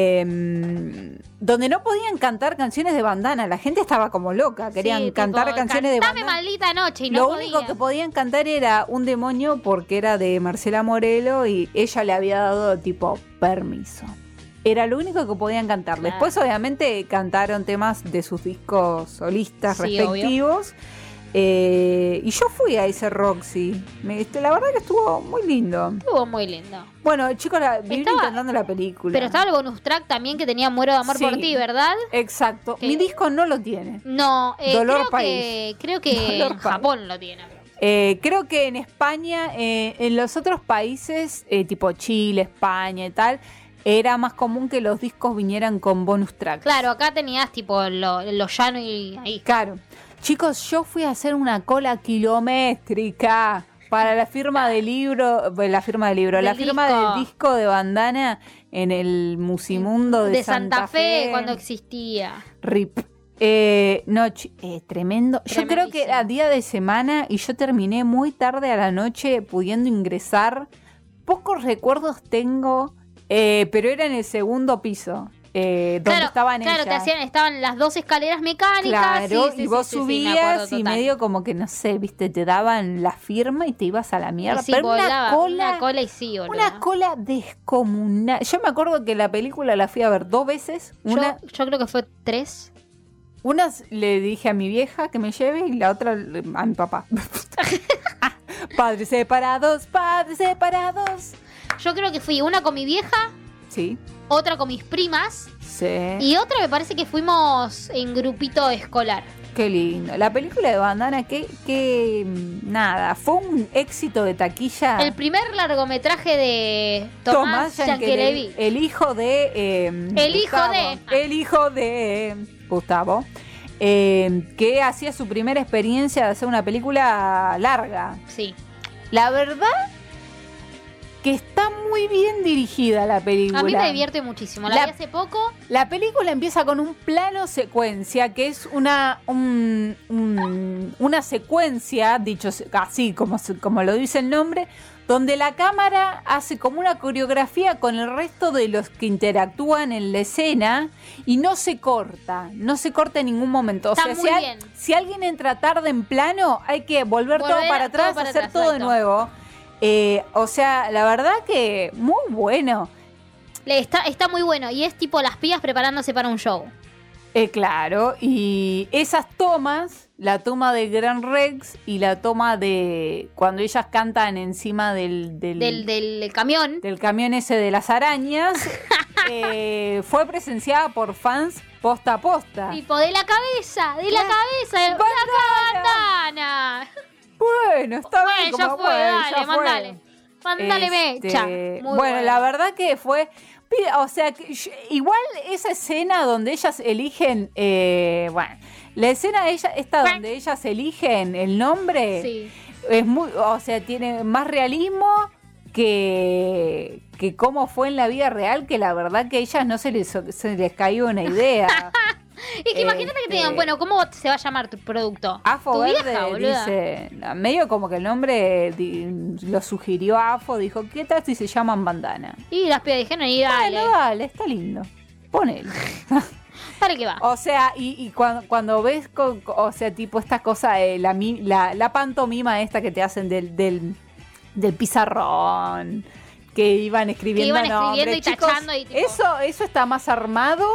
[SPEAKER 2] eh, donde no podían cantar canciones de bandana. La gente estaba como loca. Querían
[SPEAKER 1] Sí, tipo,
[SPEAKER 2] cantar canciones de
[SPEAKER 1] Cantame
[SPEAKER 2] bandana.
[SPEAKER 1] maldita noche y
[SPEAKER 2] Lo
[SPEAKER 1] no
[SPEAKER 2] único
[SPEAKER 1] podía.
[SPEAKER 2] que podían cantar era Un demonio porque era de Marcela Morelo y ella le había dado tipo permiso. Era lo único que podían cantar.
[SPEAKER 1] Claro.
[SPEAKER 2] Después obviamente cantaron temas de sus discos solistas
[SPEAKER 1] Sí,
[SPEAKER 2] respectivos. Eh, y yo fui a ese Roxy. Me- este, la verdad que estuvo muy lindo.
[SPEAKER 1] Estuvo muy lindo.
[SPEAKER 2] Bueno, chicos, la, viví
[SPEAKER 1] Estaba-
[SPEAKER 2] intentando la película.
[SPEAKER 1] Pero estaba el bonus track también que tenía Muero de Amor
[SPEAKER 2] Sí.
[SPEAKER 1] por ti, ¿verdad?
[SPEAKER 2] Exacto.
[SPEAKER 1] ¿Qué?
[SPEAKER 2] Mi disco no lo tiene.
[SPEAKER 1] No, eh,
[SPEAKER 2] Dolor
[SPEAKER 1] creo,
[SPEAKER 2] país.
[SPEAKER 1] Que, creo que
[SPEAKER 2] Dolor
[SPEAKER 1] en
[SPEAKER 2] país.
[SPEAKER 1] Japón lo tiene.
[SPEAKER 2] Eh, creo que en España, eh, en los otros países, eh, tipo Chile, España y tal, era más común que los discos vinieran con bonus tracks.
[SPEAKER 1] Claro, acá tenías tipo lo, lo llano y ahí.
[SPEAKER 2] Claro. Chicos, yo fui a hacer una cola kilométrica para la firma del libro, bueno, la firma del libro,
[SPEAKER 1] Del
[SPEAKER 2] la firma
[SPEAKER 1] disco.
[SPEAKER 2] del disco de bandana en el Musimundo de,
[SPEAKER 1] de Santa, Fe, cuando existía.
[SPEAKER 2] RIP. Eh, no, chi- eh, tremendo. Yo creo que era
[SPEAKER 1] Tremendísimo.
[SPEAKER 2] día de semana y yo terminé muy tarde a la noche pudiendo ingresar. Pocos recuerdos tengo, eh, pero era en el segundo piso, eh, donde
[SPEAKER 1] claro,
[SPEAKER 2] estaban
[SPEAKER 1] claro, te
[SPEAKER 2] ellas.
[SPEAKER 1] hacían, estaban las dos escaleras mecánicas.
[SPEAKER 2] Claro,
[SPEAKER 1] sí,
[SPEAKER 2] y
[SPEAKER 1] sí, sí,
[SPEAKER 2] vos
[SPEAKER 1] sí, sí, me acuerdo
[SPEAKER 2] subías y
[SPEAKER 1] total.
[SPEAKER 2] medio como que, no sé, viste, te daban la firma y te ibas a la
[SPEAKER 1] Y
[SPEAKER 2] mierda.
[SPEAKER 1] sí,
[SPEAKER 2] pero
[SPEAKER 1] volaba,
[SPEAKER 2] una cola,
[SPEAKER 1] una cola y sí, boludo.
[SPEAKER 2] una cola descomunal. Yo me acuerdo que la película la fui a ver dos veces.
[SPEAKER 1] Yo-
[SPEAKER 2] Una,
[SPEAKER 1] yo, creo que fue tres.
[SPEAKER 2] Unas le dije a mi vieja que me lleve y la otra le- a mi
[SPEAKER 1] *laughs*
[SPEAKER 2] papá. padres separados, padres separados.
[SPEAKER 1] Yo creo que fui una con mi vieja,
[SPEAKER 2] Sí,
[SPEAKER 1] otra con mis primas
[SPEAKER 2] sí.
[SPEAKER 1] y otra me parece que fuimos en grupito escolar.
[SPEAKER 2] Qué lindo. La película de Bandana, que, que mm, nada, fue un éxito de taquilla.
[SPEAKER 1] El primer largometraje de Tomás,
[SPEAKER 2] Yankelevich,
[SPEAKER 1] Yankelevich.
[SPEAKER 2] El hijo de. eh,
[SPEAKER 1] El hijo
[SPEAKER 2] Gustavo.
[SPEAKER 1] de-
[SPEAKER 2] El hijo de. em, Gustavo. eh, que hacía su primera experiencia de hacer una película larga.
[SPEAKER 1] Sí.
[SPEAKER 2] La verdad que está muy bien dirigida la película.
[SPEAKER 1] A mí me divierte muchísimo. La,
[SPEAKER 2] La-
[SPEAKER 1] vi hace poco.
[SPEAKER 2] La película empieza con un plano secuencia, que es una, un- un- una secuencia, dicho se- así como, se- como lo dice el nombre, donde la cámara hace como una coreografía con el resto de los que interactúan en la escena y no se corta, no se corta en ningún momento. O
[SPEAKER 1] Está
[SPEAKER 2] sea,
[SPEAKER 1] muy
[SPEAKER 2] si, al-
[SPEAKER 1] bien.
[SPEAKER 2] si alguien entra tarde en plano, hay que volver, todo
[SPEAKER 1] Volver
[SPEAKER 2] para
[SPEAKER 1] todo
[SPEAKER 2] atrás,
[SPEAKER 1] para
[SPEAKER 2] hacer
[SPEAKER 1] atrás,
[SPEAKER 2] todo de
[SPEAKER 1] exacto.
[SPEAKER 2] nuevo. Eh, o sea, la verdad que muy bueno.
[SPEAKER 1] Le- Está, está muy bueno. Y es tipo las pías preparándose para un show.
[SPEAKER 2] Eh, claro, y esas tomas, la toma de Gran Rex y la toma de cuando ellas cantan encima del, del,
[SPEAKER 1] Del, del camión.
[SPEAKER 2] del camión ese de las
[SPEAKER 1] *laughs*
[SPEAKER 2] arañas, eh, fue presenciada por fans posta a posta.
[SPEAKER 1] Tipo, de la cabeza, de la
[SPEAKER 2] La-
[SPEAKER 1] cabeza, de la bandana.
[SPEAKER 2] Bueno, está
[SPEAKER 1] Bueno,
[SPEAKER 2] bien,
[SPEAKER 1] ya
[SPEAKER 2] como,
[SPEAKER 1] fue,
[SPEAKER 2] bueno,
[SPEAKER 1] dale,
[SPEAKER 2] ya fue.
[SPEAKER 1] mandale. Mándale
[SPEAKER 2] Este,
[SPEAKER 1] mecha. Muy
[SPEAKER 2] bueno, la verdad que fue. pi- O sea, que yo- igual esa escena donde ellas eligen. eh, bueno, la escena de ella, esta
[SPEAKER 1] Bueno.
[SPEAKER 2] donde ellas eligen el nombre
[SPEAKER 1] Sí.
[SPEAKER 2] es muy. O sea, tiene más realismo que, que cómo fue en la vida real, que la verdad que a ellas no se les, se les cayó una
[SPEAKER 1] *laughs*
[SPEAKER 2] idea.
[SPEAKER 1] Es que imagínate que te digan,
[SPEAKER 2] Este-
[SPEAKER 1] bueno, ¿cómo se va a llamar tu producto?
[SPEAKER 2] Afo
[SPEAKER 1] tu
[SPEAKER 2] Verde
[SPEAKER 1] vieja, boluda.
[SPEAKER 2] dice, medio como que el nombre di- lo sugirió Afo, dijo, ¿qué tal si se llaman bandana?
[SPEAKER 1] Y las pibas dijeron, y dale,
[SPEAKER 2] Bueno, dale, está lindo. Ponelo.
[SPEAKER 1] dale que va. Ah,
[SPEAKER 2] O sea, y, y cuan- cuando, ves, con- o sea, tipo esta cosa, de la, mi- la, la pantomima esta que te hacen del, del, del pizarrón, que iban escribiendo,
[SPEAKER 1] iban escribiendo
[SPEAKER 2] nombres,
[SPEAKER 1] y
[SPEAKER 2] chicos,
[SPEAKER 1] tachando y tipo-
[SPEAKER 2] eso, eso está más armado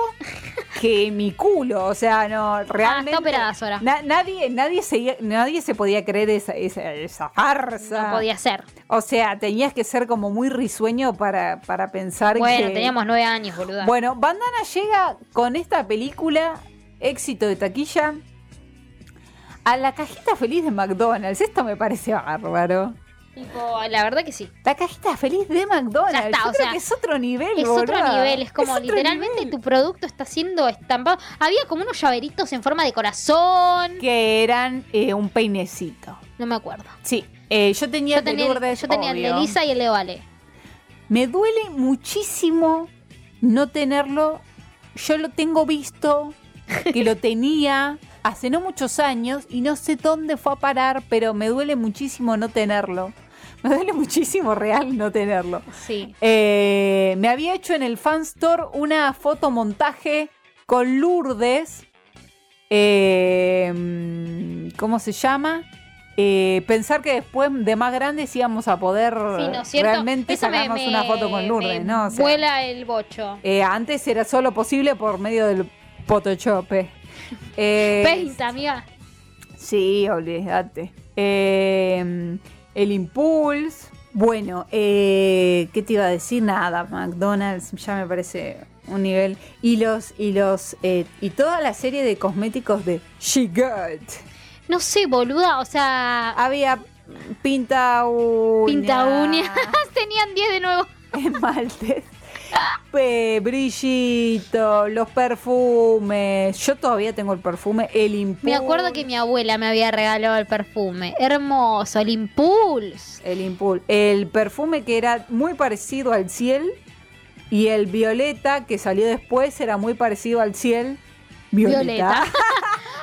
[SPEAKER 2] que mi culo, o sea, no, realmente...
[SPEAKER 1] operada, Sora.
[SPEAKER 2] na- nadie, nadie, se, nadie se podía creer esa, esa, esa farsa.
[SPEAKER 1] No podía ser.
[SPEAKER 2] O sea, tenías que ser como muy risueño para, para pensar
[SPEAKER 1] Bueno,
[SPEAKER 2] que...
[SPEAKER 1] teníamos nueve años, boluda.
[SPEAKER 2] Bueno, Bandana llega con esta película, éxito de taquilla, a la cajita feliz de McDonald's. Esto me parece bárbaro.
[SPEAKER 1] Tipo, la verdad que sí.
[SPEAKER 2] La cajita feliz de McDonald's.
[SPEAKER 1] Ya está,
[SPEAKER 2] Yo
[SPEAKER 1] o
[SPEAKER 2] creo
[SPEAKER 1] sea,
[SPEAKER 2] que es otro nivel.
[SPEAKER 1] Es otro
[SPEAKER 2] boluda.
[SPEAKER 1] nivel, es como
[SPEAKER 2] otro
[SPEAKER 1] literalmente
[SPEAKER 2] nivel.
[SPEAKER 1] tu producto está siendo estampado. Había como unos llaveritos en forma de corazón.
[SPEAKER 2] Que eran eh, un peinecito.
[SPEAKER 1] No me acuerdo.
[SPEAKER 2] Sí, eh, yo tenía
[SPEAKER 1] Yo
[SPEAKER 2] el de
[SPEAKER 1] tenía,
[SPEAKER 2] Lourdes,
[SPEAKER 1] yo tenía el de
[SPEAKER 2] obvio.
[SPEAKER 1] Lisa y el de Vale.
[SPEAKER 2] Me duele muchísimo no tenerlo. Yo lo tengo visto, que lo tenía hace no muchos años y no sé dónde fue a parar, pero me duele muchísimo no tenerlo. Me duele muchísimo real no tenerlo.
[SPEAKER 1] Sí.
[SPEAKER 2] Eh, me había hecho en el fan store una fotomontaje con Lourdes. eh, ¿Cómo se llama? Eh, pensar que después de más grandes íbamos a poder
[SPEAKER 1] Sí, ¿no es cierto?
[SPEAKER 2] realmente
[SPEAKER 1] Eso me-
[SPEAKER 2] sacarnos
[SPEAKER 1] me-
[SPEAKER 2] una foto con Lourdes,
[SPEAKER 1] me
[SPEAKER 2] ¿no? O sea,
[SPEAKER 1] vuela el bocho.
[SPEAKER 2] eh, antes era solo posible por medio del Photoshop.
[SPEAKER 1] *laughs*
[SPEAKER 2] eh. Eh,
[SPEAKER 1] Peinta, amiga.
[SPEAKER 2] Sí, olvídate. Eh, el Impulse. Bueno, eh, ¿qué te iba a decir? Nada, McDonald's ya me parece un nivel. Y los, y los, eh, y toda la serie de cosméticos de She Got.
[SPEAKER 1] No sé, boluda, o sea,
[SPEAKER 2] Había pinta uña.
[SPEAKER 1] pinta uñas. *laughs* Tenían 10 de nuevo.
[SPEAKER 2] *laughs* esmaltes, eh, brillito, los perfumes. Yo todavía tengo el perfume, el impulse.
[SPEAKER 1] Me acuerdo que mi abuela me había regalado el perfume. Hermoso, el Impulse.
[SPEAKER 2] El impul, el perfume que era muy parecido al ciel y el violeta que salió después era muy parecido al ciel. Violeta.
[SPEAKER 1] Violeta. *laughs*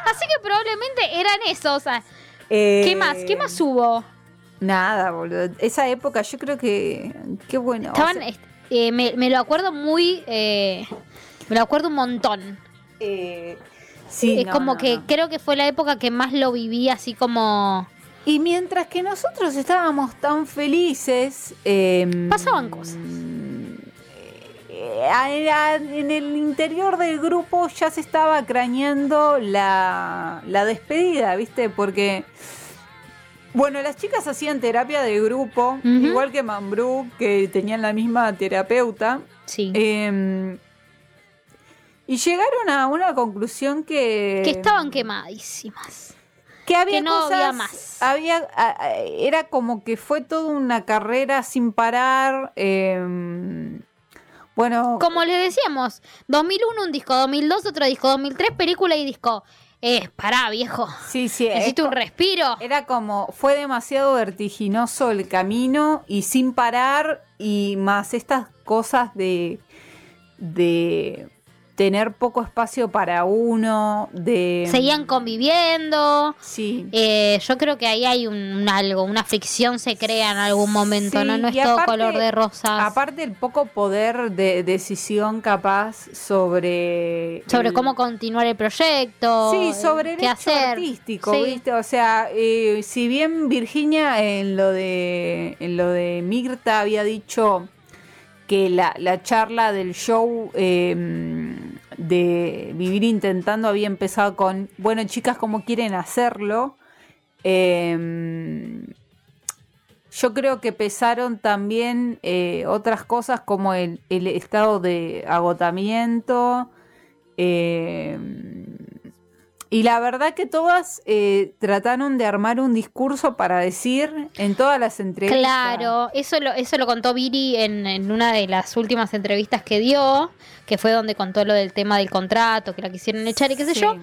[SPEAKER 1] Así que probablemente eran esos. O sea,
[SPEAKER 2] Eh,
[SPEAKER 1] ¿qué más? ¿Qué más hubo?
[SPEAKER 2] Nada, boludo. Esa época yo creo que qué bueno. o
[SPEAKER 1] Estaban,
[SPEAKER 2] sea,
[SPEAKER 1] est- eh, me, me lo acuerdo muy, eh, me lo acuerdo un montón.
[SPEAKER 2] eh, sí,
[SPEAKER 1] es
[SPEAKER 2] no,
[SPEAKER 1] como
[SPEAKER 2] no,
[SPEAKER 1] que
[SPEAKER 2] no.
[SPEAKER 1] creo que fue la época que más lo viví así como
[SPEAKER 2] Y mientras que nosotros estábamos tan felices, eh,
[SPEAKER 1] pasaban cosas.
[SPEAKER 2] eh, a- a- en el interior del grupo ya se estaba craneando la, la despedida, ¿viste? Porque, bueno, las chicas hacían terapia de grupo,
[SPEAKER 1] Ujú.
[SPEAKER 2] igual que Mambrú, que tenían la misma terapeuta.
[SPEAKER 1] Sí.
[SPEAKER 2] eh, y llegaron a una conclusión que...
[SPEAKER 1] que estaban quemadísimas.
[SPEAKER 2] Que había
[SPEAKER 1] que no
[SPEAKER 2] cosas,
[SPEAKER 1] había más.
[SPEAKER 2] había- a- a- era como que fue toda una carrera sin parar. eh, bueno,
[SPEAKER 1] Como les decíamos, 2001 un disco, 2002 otro disco, 2003 película y disco. Es, pará, viejo.
[SPEAKER 2] Sí, sí. es-
[SPEAKER 1] Necesito un respiro.
[SPEAKER 2] Era como, fue demasiado vertiginoso el camino y sin parar y más estas cosas de, de tener poco espacio para uno, de...
[SPEAKER 1] Seguían conviviendo.
[SPEAKER 2] Sí.
[SPEAKER 1] Eh, yo creo que ahí hay un, un algo, una fricción se crea en algún momento,
[SPEAKER 2] Sí,
[SPEAKER 1] ¿no? No es
[SPEAKER 2] y
[SPEAKER 1] todo
[SPEAKER 2] aparte-
[SPEAKER 1] color de rosas.
[SPEAKER 2] Aparte el poco poder de decisión capaz sobre...
[SPEAKER 1] sobre
[SPEAKER 2] el-
[SPEAKER 1] cómo continuar el proyecto.
[SPEAKER 2] Eh,
[SPEAKER 1] eh,
[SPEAKER 2] Sí, sobre el
[SPEAKER 1] qué
[SPEAKER 2] hecho
[SPEAKER 1] hacer.
[SPEAKER 2] artístico,
[SPEAKER 1] Sí.
[SPEAKER 2] ¿viste? O sea, eh, si bien Virginia en lo de en lo de Mirta había dicho que la, la charla del show eh, de Vivir Intentando había empezado con, bueno, chicas, ¿cómo quieren hacerlo? Eh, yo creo que pesaron también eh, otras cosas como el, el estado de agotamiento. eh, y la verdad que todas eh, trataron de armar un discurso para decir en todas las entrevistas.
[SPEAKER 1] Claro, eso lo, eso lo contó Viri en, en una de las últimas entrevistas que dio, que fue donde contó lo del tema del contrato, que la quisieron echar y qué sé
[SPEAKER 2] Sí,
[SPEAKER 1] yo.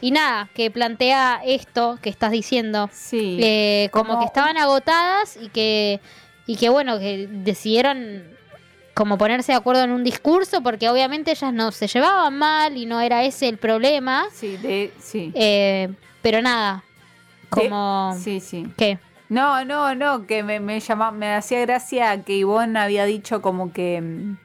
[SPEAKER 1] Y nada, que plantea esto que estás diciendo,
[SPEAKER 2] Sí.
[SPEAKER 1] eh, como,
[SPEAKER 2] Como-
[SPEAKER 1] que estaban agotadas y que, y que bueno, que decidieron como ponerse de acuerdo en un discurso, porque obviamente ellas no se llevaban mal y no era ese el problema.
[SPEAKER 2] Sí, de, sí.
[SPEAKER 1] Eh, pero nada,
[SPEAKER 2] Sí,
[SPEAKER 1] como...
[SPEAKER 2] sí, sí.
[SPEAKER 1] ¿Qué?
[SPEAKER 2] No, no, no, que me, me, llama- me hacía gracia que Ivonne había dicho como que, mm,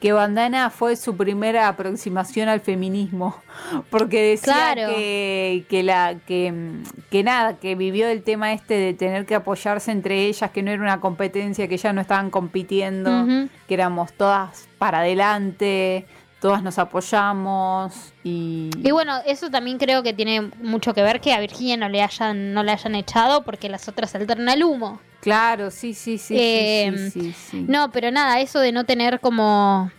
[SPEAKER 2] que Bandana fue su primera aproximación al feminismo, *laughs* porque decía
[SPEAKER 1] Claro.
[SPEAKER 2] que, que, la, que, mm, que nada, que vivió el tema este de tener que apoyarse entre ellas, que no era una competencia, que ya no estaban compitiendo,
[SPEAKER 1] Ujú.
[SPEAKER 2] que éramos todas para adelante, todas nos apoyamos y...
[SPEAKER 1] Y bueno, eso también creo que tiene mucho que ver que a Virginia no le hayan, no la hayan echado porque las otras alternan el humo.
[SPEAKER 2] Claro, sí, sí, sí. sí,
[SPEAKER 1] Eh,
[SPEAKER 2] sí, sí, sí.
[SPEAKER 1] No, pero nada, eso de no tener como...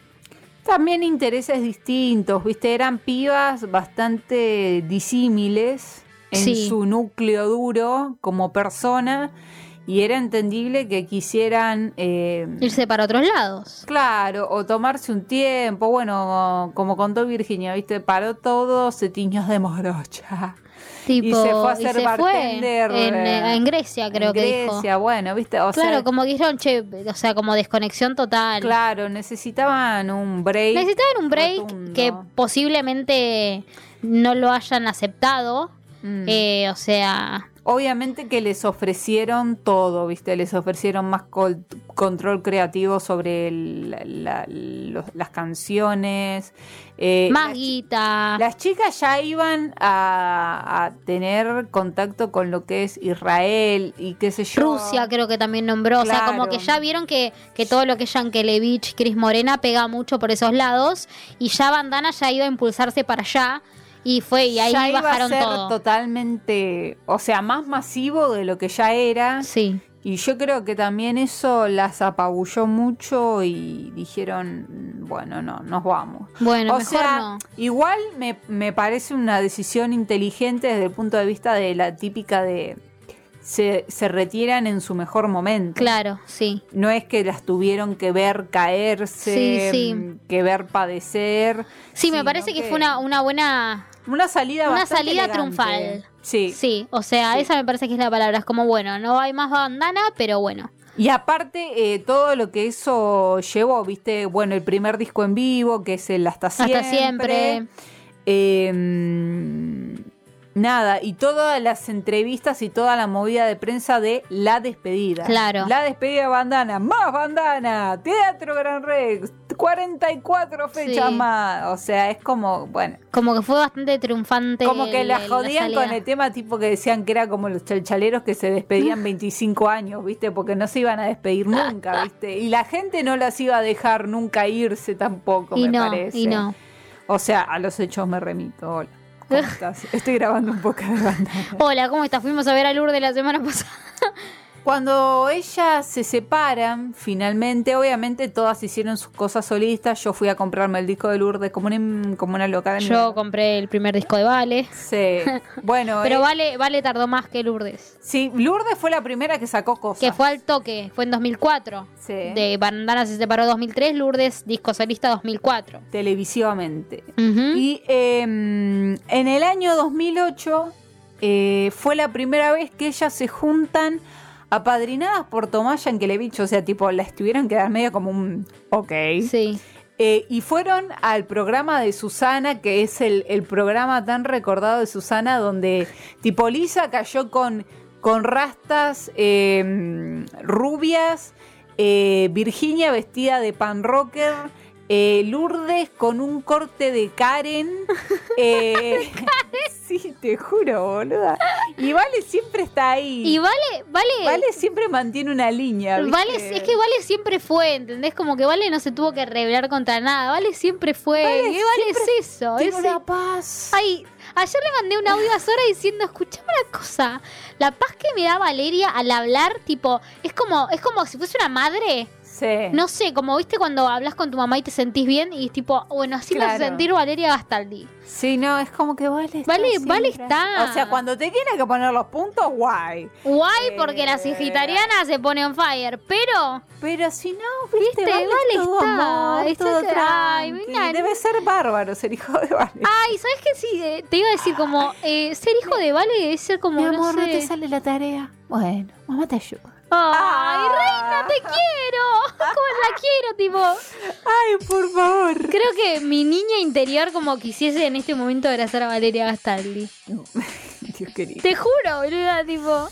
[SPEAKER 2] También intereses distintos, ¿viste? Eran pibas bastante disímiles en
[SPEAKER 1] Sí.
[SPEAKER 2] su núcleo duro como persona y era entendible que quisieran, eh,
[SPEAKER 1] irse para otros lados.
[SPEAKER 2] claro, o tomarse un tiempo, bueno, como contó Virginia, ¿viste? Paró todo, se tiñó de morocha.
[SPEAKER 1] *laughs* Tipo,
[SPEAKER 2] se fue a
[SPEAKER 1] y
[SPEAKER 2] hacer
[SPEAKER 1] se fue
[SPEAKER 2] bartender,
[SPEAKER 1] en,
[SPEAKER 2] eh,
[SPEAKER 1] eh, en Grecia, creo
[SPEAKER 2] En
[SPEAKER 1] que dijo.
[SPEAKER 2] Grecia, bueno, ¿viste? O
[SPEAKER 1] claro,
[SPEAKER 2] sea,
[SPEAKER 1] como que dijeron, che, o sea, como desconexión total.
[SPEAKER 2] claro, necesitaban un break.
[SPEAKER 1] Necesitaban un break
[SPEAKER 2] rotundo.
[SPEAKER 1] que posiblemente no lo hayan aceptado.
[SPEAKER 2] Mm.
[SPEAKER 1] Eh, o sea,
[SPEAKER 2] Obviamente que les ofrecieron todo, ¿viste? Les ofrecieron más col- control creativo sobre el- la- la- los- las canciones. eh,
[SPEAKER 1] más
[SPEAKER 2] las, chi-
[SPEAKER 1] guita.
[SPEAKER 2] las chicas ya iban a, a tener contacto con lo que es Israel y qué sé yo.
[SPEAKER 1] Rusia creo que también nombró, o sea, como
[SPEAKER 2] Claro.
[SPEAKER 1] que ya vieron que, que todo lo que es Yankelevich, Cris Morena pega mucho por esos lados y ya Bandana ya iba a impulsarse para allá y fue y ahí
[SPEAKER 2] ya iba a
[SPEAKER 1] bajaron
[SPEAKER 2] ser
[SPEAKER 1] todo.
[SPEAKER 2] totalmente, o sea, más masivo de lo que ya era.
[SPEAKER 1] Sí.
[SPEAKER 2] Y yo creo que también eso las apabulló mucho y dijeron, "Mm, bueno, no, nos vamos.
[SPEAKER 1] Bueno,
[SPEAKER 2] o
[SPEAKER 1] mejor
[SPEAKER 2] sea,
[SPEAKER 1] no.
[SPEAKER 2] igual me, me parece una decisión inteligente desde el punto de vista de la típica de se, se retiran en su mejor momento.
[SPEAKER 1] Claro, sí.
[SPEAKER 2] No es que las tuvieron que ver caerse,
[SPEAKER 1] Sí, sí.
[SPEAKER 2] que ver padecer.
[SPEAKER 1] Sí, me
[SPEAKER 2] sino
[SPEAKER 1] parece que fue una, una buena.
[SPEAKER 2] una salida
[SPEAKER 1] una
[SPEAKER 2] bastante
[SPEAKER 1] salida
[SPEAKER 2] elegante.
[SPEAKER 1] triunfal.
[SPEAKER 2] Sí.
[SPEAKER 1] Sí, o sea,
[SPEAKER 2] Sí.
[SPEAKER 1] esa me parece que es la palabra. Es como, bueno, no hay más bandana, pero bueno.
[SPEAKER 2] Y aparte, eh, todo lo que eso llevó, viste, bueno, el primer disco en vivo, que es el Hasta Siempre.
[SPEAKER 1] Hasta siempre.
[SPEAKER 2] Eh, nada, y todas las entrevistas y toda la movida de prensa de La Despedida.
[SPEAKER 1] Claro.
[SPEAKER 2] La Despedida de Bandana, más Bandana, Teatro Gran Rex, 44 fechas
[SPEAKER 1] Sí.
[SPEAKER 2] más. O sea, es como, bueno,
[SPEAKER 1] Como que fue bastante triunfante.
[SPEAKER 2] como que
[SPEAKER 1] el-
[SPEAKER 2] la
[SPEAKER 1] el-
[SPEAKER 2] jodían
[SPEAKER 1] Este, salida.
[SPEAKER 2] con el tema tipo que decían que era como los chalchaleros que se
[SPEAKER 1] *laughs*
[SPEAKER 2] despedían 25 años, ¿viste? Porque no se iban a despedir nunca, ¿viste? Y la gente no las iba a dejar nunca irse tampoco,
[SPEAKER 1] Y
[SPEAKER 2] me
[SPEAKER 1] no,
[SPEAKER 2] parece.
[SPEAKER 1] y no.
[SPEAKER 2] O sea, a los hechos me remito. Hola.
[SPEAKER 1] *laughs*
[SPEAKER 2] ¿Cómo estás? Estoy grabando un poco de banda.
[SPEAKER 1] Hola, ¿cómo estás? Fuimos a ver a Lourdes la semana *laughs* pasada.
[SPEAKER 2] Cuando ellas se separan, finalmente, obviamente todas hicieron sus cosas solistas. Yo fui a comprarme el disco de Lourdes como una, em, como una loca de
[SPEAKER 1] Yo
[SPEAKER 2] mierda.
[SPEAKER 1] compré el primer disco de Vale.
[SPEAKER 2] Sí.
[SPEAKER 1] *laughs*
[SPEAKER 2] Bueno,
[SPEAKER 1] Pero
[SPEAKER 2] eh,
[SPEAKER 1] Vale, Vale tardó más que Lourdes.
[SPEAKER 2] sí, Lourdes fue la primera que sacó cosas.
[SPEAKER 1] Que fue al toque, fue en 2004.
[SPEAKER 2] Sí.
[SPEAKER 1] De Bandana se separó 2003, Lourdes, disco solista 2004.
[SPEAKER 2] televisivamente.
[SPEAKER 1] Ujú.
[SPEAKER 2] Y eh, en el año 2008 eh, fue la primera vez que ellas se juntan apadrinadas por Tomás Yankelevich, o sea, tipo, las tuvieron que dar medio como un ok.
[SPEAKER 1] Sí.
[SPEAKER 2] Eh, y fueron al programa de Susana, que es el, el programa tan recordado de Susana, donde tipo Lisa cayó con, con rastas eh, rubias, eh, Virginia vestida de pan rocker, eh, Lourdes con un corte de
[SPEAKER 1] *laughs*
[SPEAKER 2] Karen. eh, *laughs* sí, te juro, boluda. Y Vale siempre está ahí.
[SPEAKER 1] Y Vale, Vale,
[SPEAKER 2] Vale siempre mantiene una línea. ¿viste?
[SPEAKER 1] Vale, es que Vale siempre fue, ¿entendés? Como que Vale no se tuvo que rebelar contra nada. Vale siempre fue.
[SPEAKER 2] Vale
[SPEAKER 1] ¿Qué Vale es eso?
[SPEAKER 2] Tiene
[SPEAKER 1] Es-
[SPEAKER 2] una paz.
[SPEAKER 1] Ay, ayer le mandé un audio a Sora diciendo, escuchame una cosa. La paz que me da Valeria al hablar, tipo, es como, es como si fuese una madre.
[SPEAKER 2] Sí.
[SPEAKER 1] No sé, como viste cuando hablas con tu mamá y te sentís bien y tipo, bueno, así me hace
[SPEAKER 2] Claro.
[SPEAKER 1] sentir Valeria Gastaldi.
[SPEAKER 2] Sí, no, es como que vale. está
[SPEAKER 1] Vale- vale
[SPEAKER 2] siempre.
[SPEAKER 1] está.
[SPEAKER 2] O sea, cuando te tienes que poner los puntos, guay.
[SPEAKER 1] Guay, porque la
[SPEAKER 2] Eh.
[SPEAKER 1] sagitariana se pone on fire,
[SPEAKER 2] *laughs*
[SPEAKER 1] pero
[SPEAKER 2] Pero si no, viste,
[SPEAKER 1] Viste,
[SPEAKER 2] vale,
[SPEAKER 1] vale
[SPEAKER 2] es todo
[SPEAKER 1] está,
[SPEAKER 2] amor,
[SPEAKER 1] está-
[SPEAKER 2] todo
[SPEAKER 1] ay,
[SPEAKER 2] tranqui.
[SPEAKER 1] mira,
[SPEAKER 2] Debe ser bárbaro ser hijo de vale.
[SPEAKER 1] Ay, ¿sabes qué? Sí, eh, te iba a decir como eh, ser hijo de Vale es ser como,
[SPEAKER 2] Mi
[SPEAKER 1] no
[SPEAKER 2] amor, no,
[SPEAKER 1] sé.
[SPEAKER 2] te sale la tarea. Bueno, mamá te ayuda. Ah.
[SPEAKER 1] Ay, reina, te quiero. *laughs* ¿Cómo la quiero, tipo?
[SPEAKER 2] Ay, por favor.
[SPEAKER 1] Creo que mi niña interior como quisiese en este momento abrazar a Valeria Gastaldi.
[SPEAKER 2] No, *laughs* Dios querido.
[SPEAKER 1] Te juro, boluda, tipo.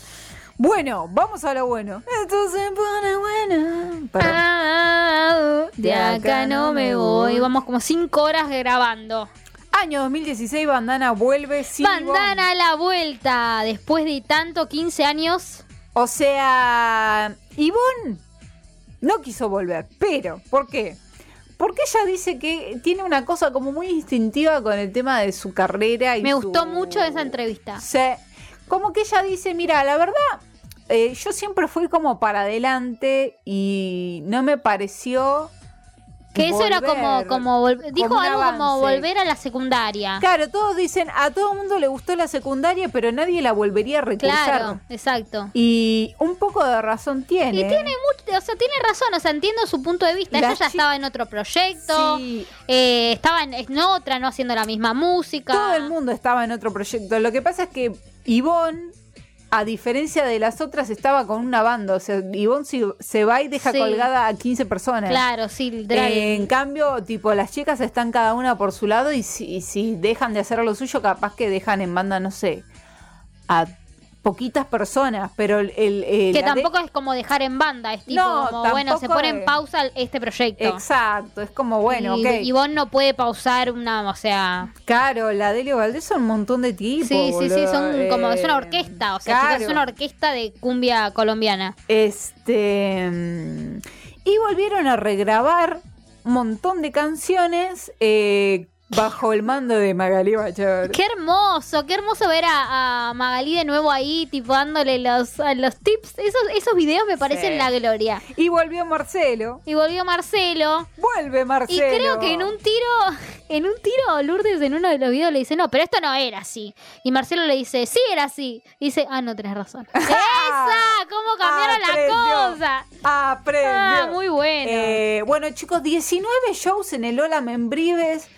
[SPEAKER 2] Bueno, vamos a lo bueno. Esto se pone bueno. Perdón.
[SPEAKER 1] Ah, de acá no me voy. Vamos como cinco horas grabando.
[SPEAKER 2] Año 2016, Bandana vuelve. sin
[SPEAKER 1] Bandana a la vuelta. Después de tanto, 15 años.
[SPEAKER 2] O sea, Ivonne no quiso volver, pero ¿por qué? Porque ella dice que tiene una cosa como muy instintiva con el tema de su carrera y
[SPEAKER 1] Me
[SPEAKER 2] su-
[SPEAKER 1] gustó mucho esa entrevista.
[SPEAKER 2] Sí. Como que ella dice, mira, la verdad, eh, yo siempre fui como para adelante y no me pareció
[SPEAKER 1] Que eso era como,
[SPEAKER 2] volver".
[SPEAKER 1] como vol- dijo
[SPEAKER 2] como un
[SPEAKER 1] algo como
[SPEAKER 2] avance.
[SPEAKER 1] volver a la secundaria.
[SPEAKER 2] Claro, todos dicen, a todo el mundo le gustó la secundaria, pero nadie la volvería a recursar.
[SPEAKER 1] Claro, exacto.
[SPEAKER 2] Y un poco de razón tiene.
[SPEAKER 1] Y tiene mucho, o sea, tiene razón, o sea, entiendo su punto de vista.
[SPEAKER 2] La
[SPEAKER 1] Ella ya
[SPEAKER 2] chi-
[SPEAKER 1] estaba en otro proyecto,
[SPEAKER 2] Sí,
[SPEAKER 1] eh, estaba en, en otra, no haciendo la misma música.
[SPEAKER 2] Todo el mundo estaba en otro proyecto. Lo que pasa es que Ivonne, a diferencia de las otras, estaba con una banda. O sea, Ivonne se, se va y deja
[SPEAKER 1] Sí.
[SPEAKER 2] colgada a 15 personas.
[SPEAKER 1] Claro, sí, literal.
[SPEAKER 2] Eh, en cambio, tipo, las chicas están cada una por su lado y si, y si dejan de hacer lo suyo, capaz que dejan en banda, no sé, a poquitas personas, pero el... el- el-
[SPEAKER 1] que
[SPEAKER 2] la de-
[SPEAKER 1] tampoco es como dejar en banda, es tipo,
[SPEAKER 2] No,
[SPEAKER 1] como, bueno, se
[SPEAKER 2] tampoco
[SPEAKER 1] pone en
[SPEAKER 2] es-
[SPEAKER 1] pausa el- este proyecto.
[SPEAKER 2] Exacto, es como, bueno,
[SPEAKER 1] y,
[SPEAKER 2] ok.
[SPEAKER 1] y vos no puede pausar una, o sea,
[SPEAKER 2] Claro, la Delio Valdés son un montón de tipos.
[SPEAKER 1] sí, sí, sí,
[SPEAKER 2] boludo.
[SPEAKER 1] son como, es una
[SPEAKER 2] Eh,
[SPEAKER 1] orquesta, o sea,
[SPEAKER 2] claro.
[SPEAKER 1] chicas, es una orquesta de cumbia colombiana.
[SPEAKER 2] Este. mm, Y volvieron a regrabar un montón de canciones eh, bajo el mando de Magali Bachor.
[SPEAKER 1] Qué hermoso, qué hermoso ver a, a Magalí de nuevo ahí, tipo dándole los, a los tips. Esos, esos videos me parecen
[SPEAKER 2] Sí.
[SPEAKER 1] la gloria.
[SPEAKER 2] Y volvió Marcelo.
[SPEAKER 1] Y volvió Marcelo.
[SPEAKER 2] Vuelve
[SPEAKER 1] Y
[SPEAKER 2] Marcelo.
[SPEAKER 1] creo que en un tiro, en un tiro, Lourdes en uno de los videos le dice, no, pero esto no era así. Y Marcelo le dice, sí era así. Y dice, ah, no,
[SPEAKER 2] *laughs*
[SPEAKER 1] tenés razón. ¡Esa! ¿Cómo cambiaron las
[SPEAKER 2] Ah, Aprendió.
[SPEAKER 1] cosas?
[SPEAKER 2] Aprendió.
[SPEAKER 1] Ah, muy bueno.
[SPEAKER 2] Eh, bueno, chicos, 19 shows en el Ola Membrives.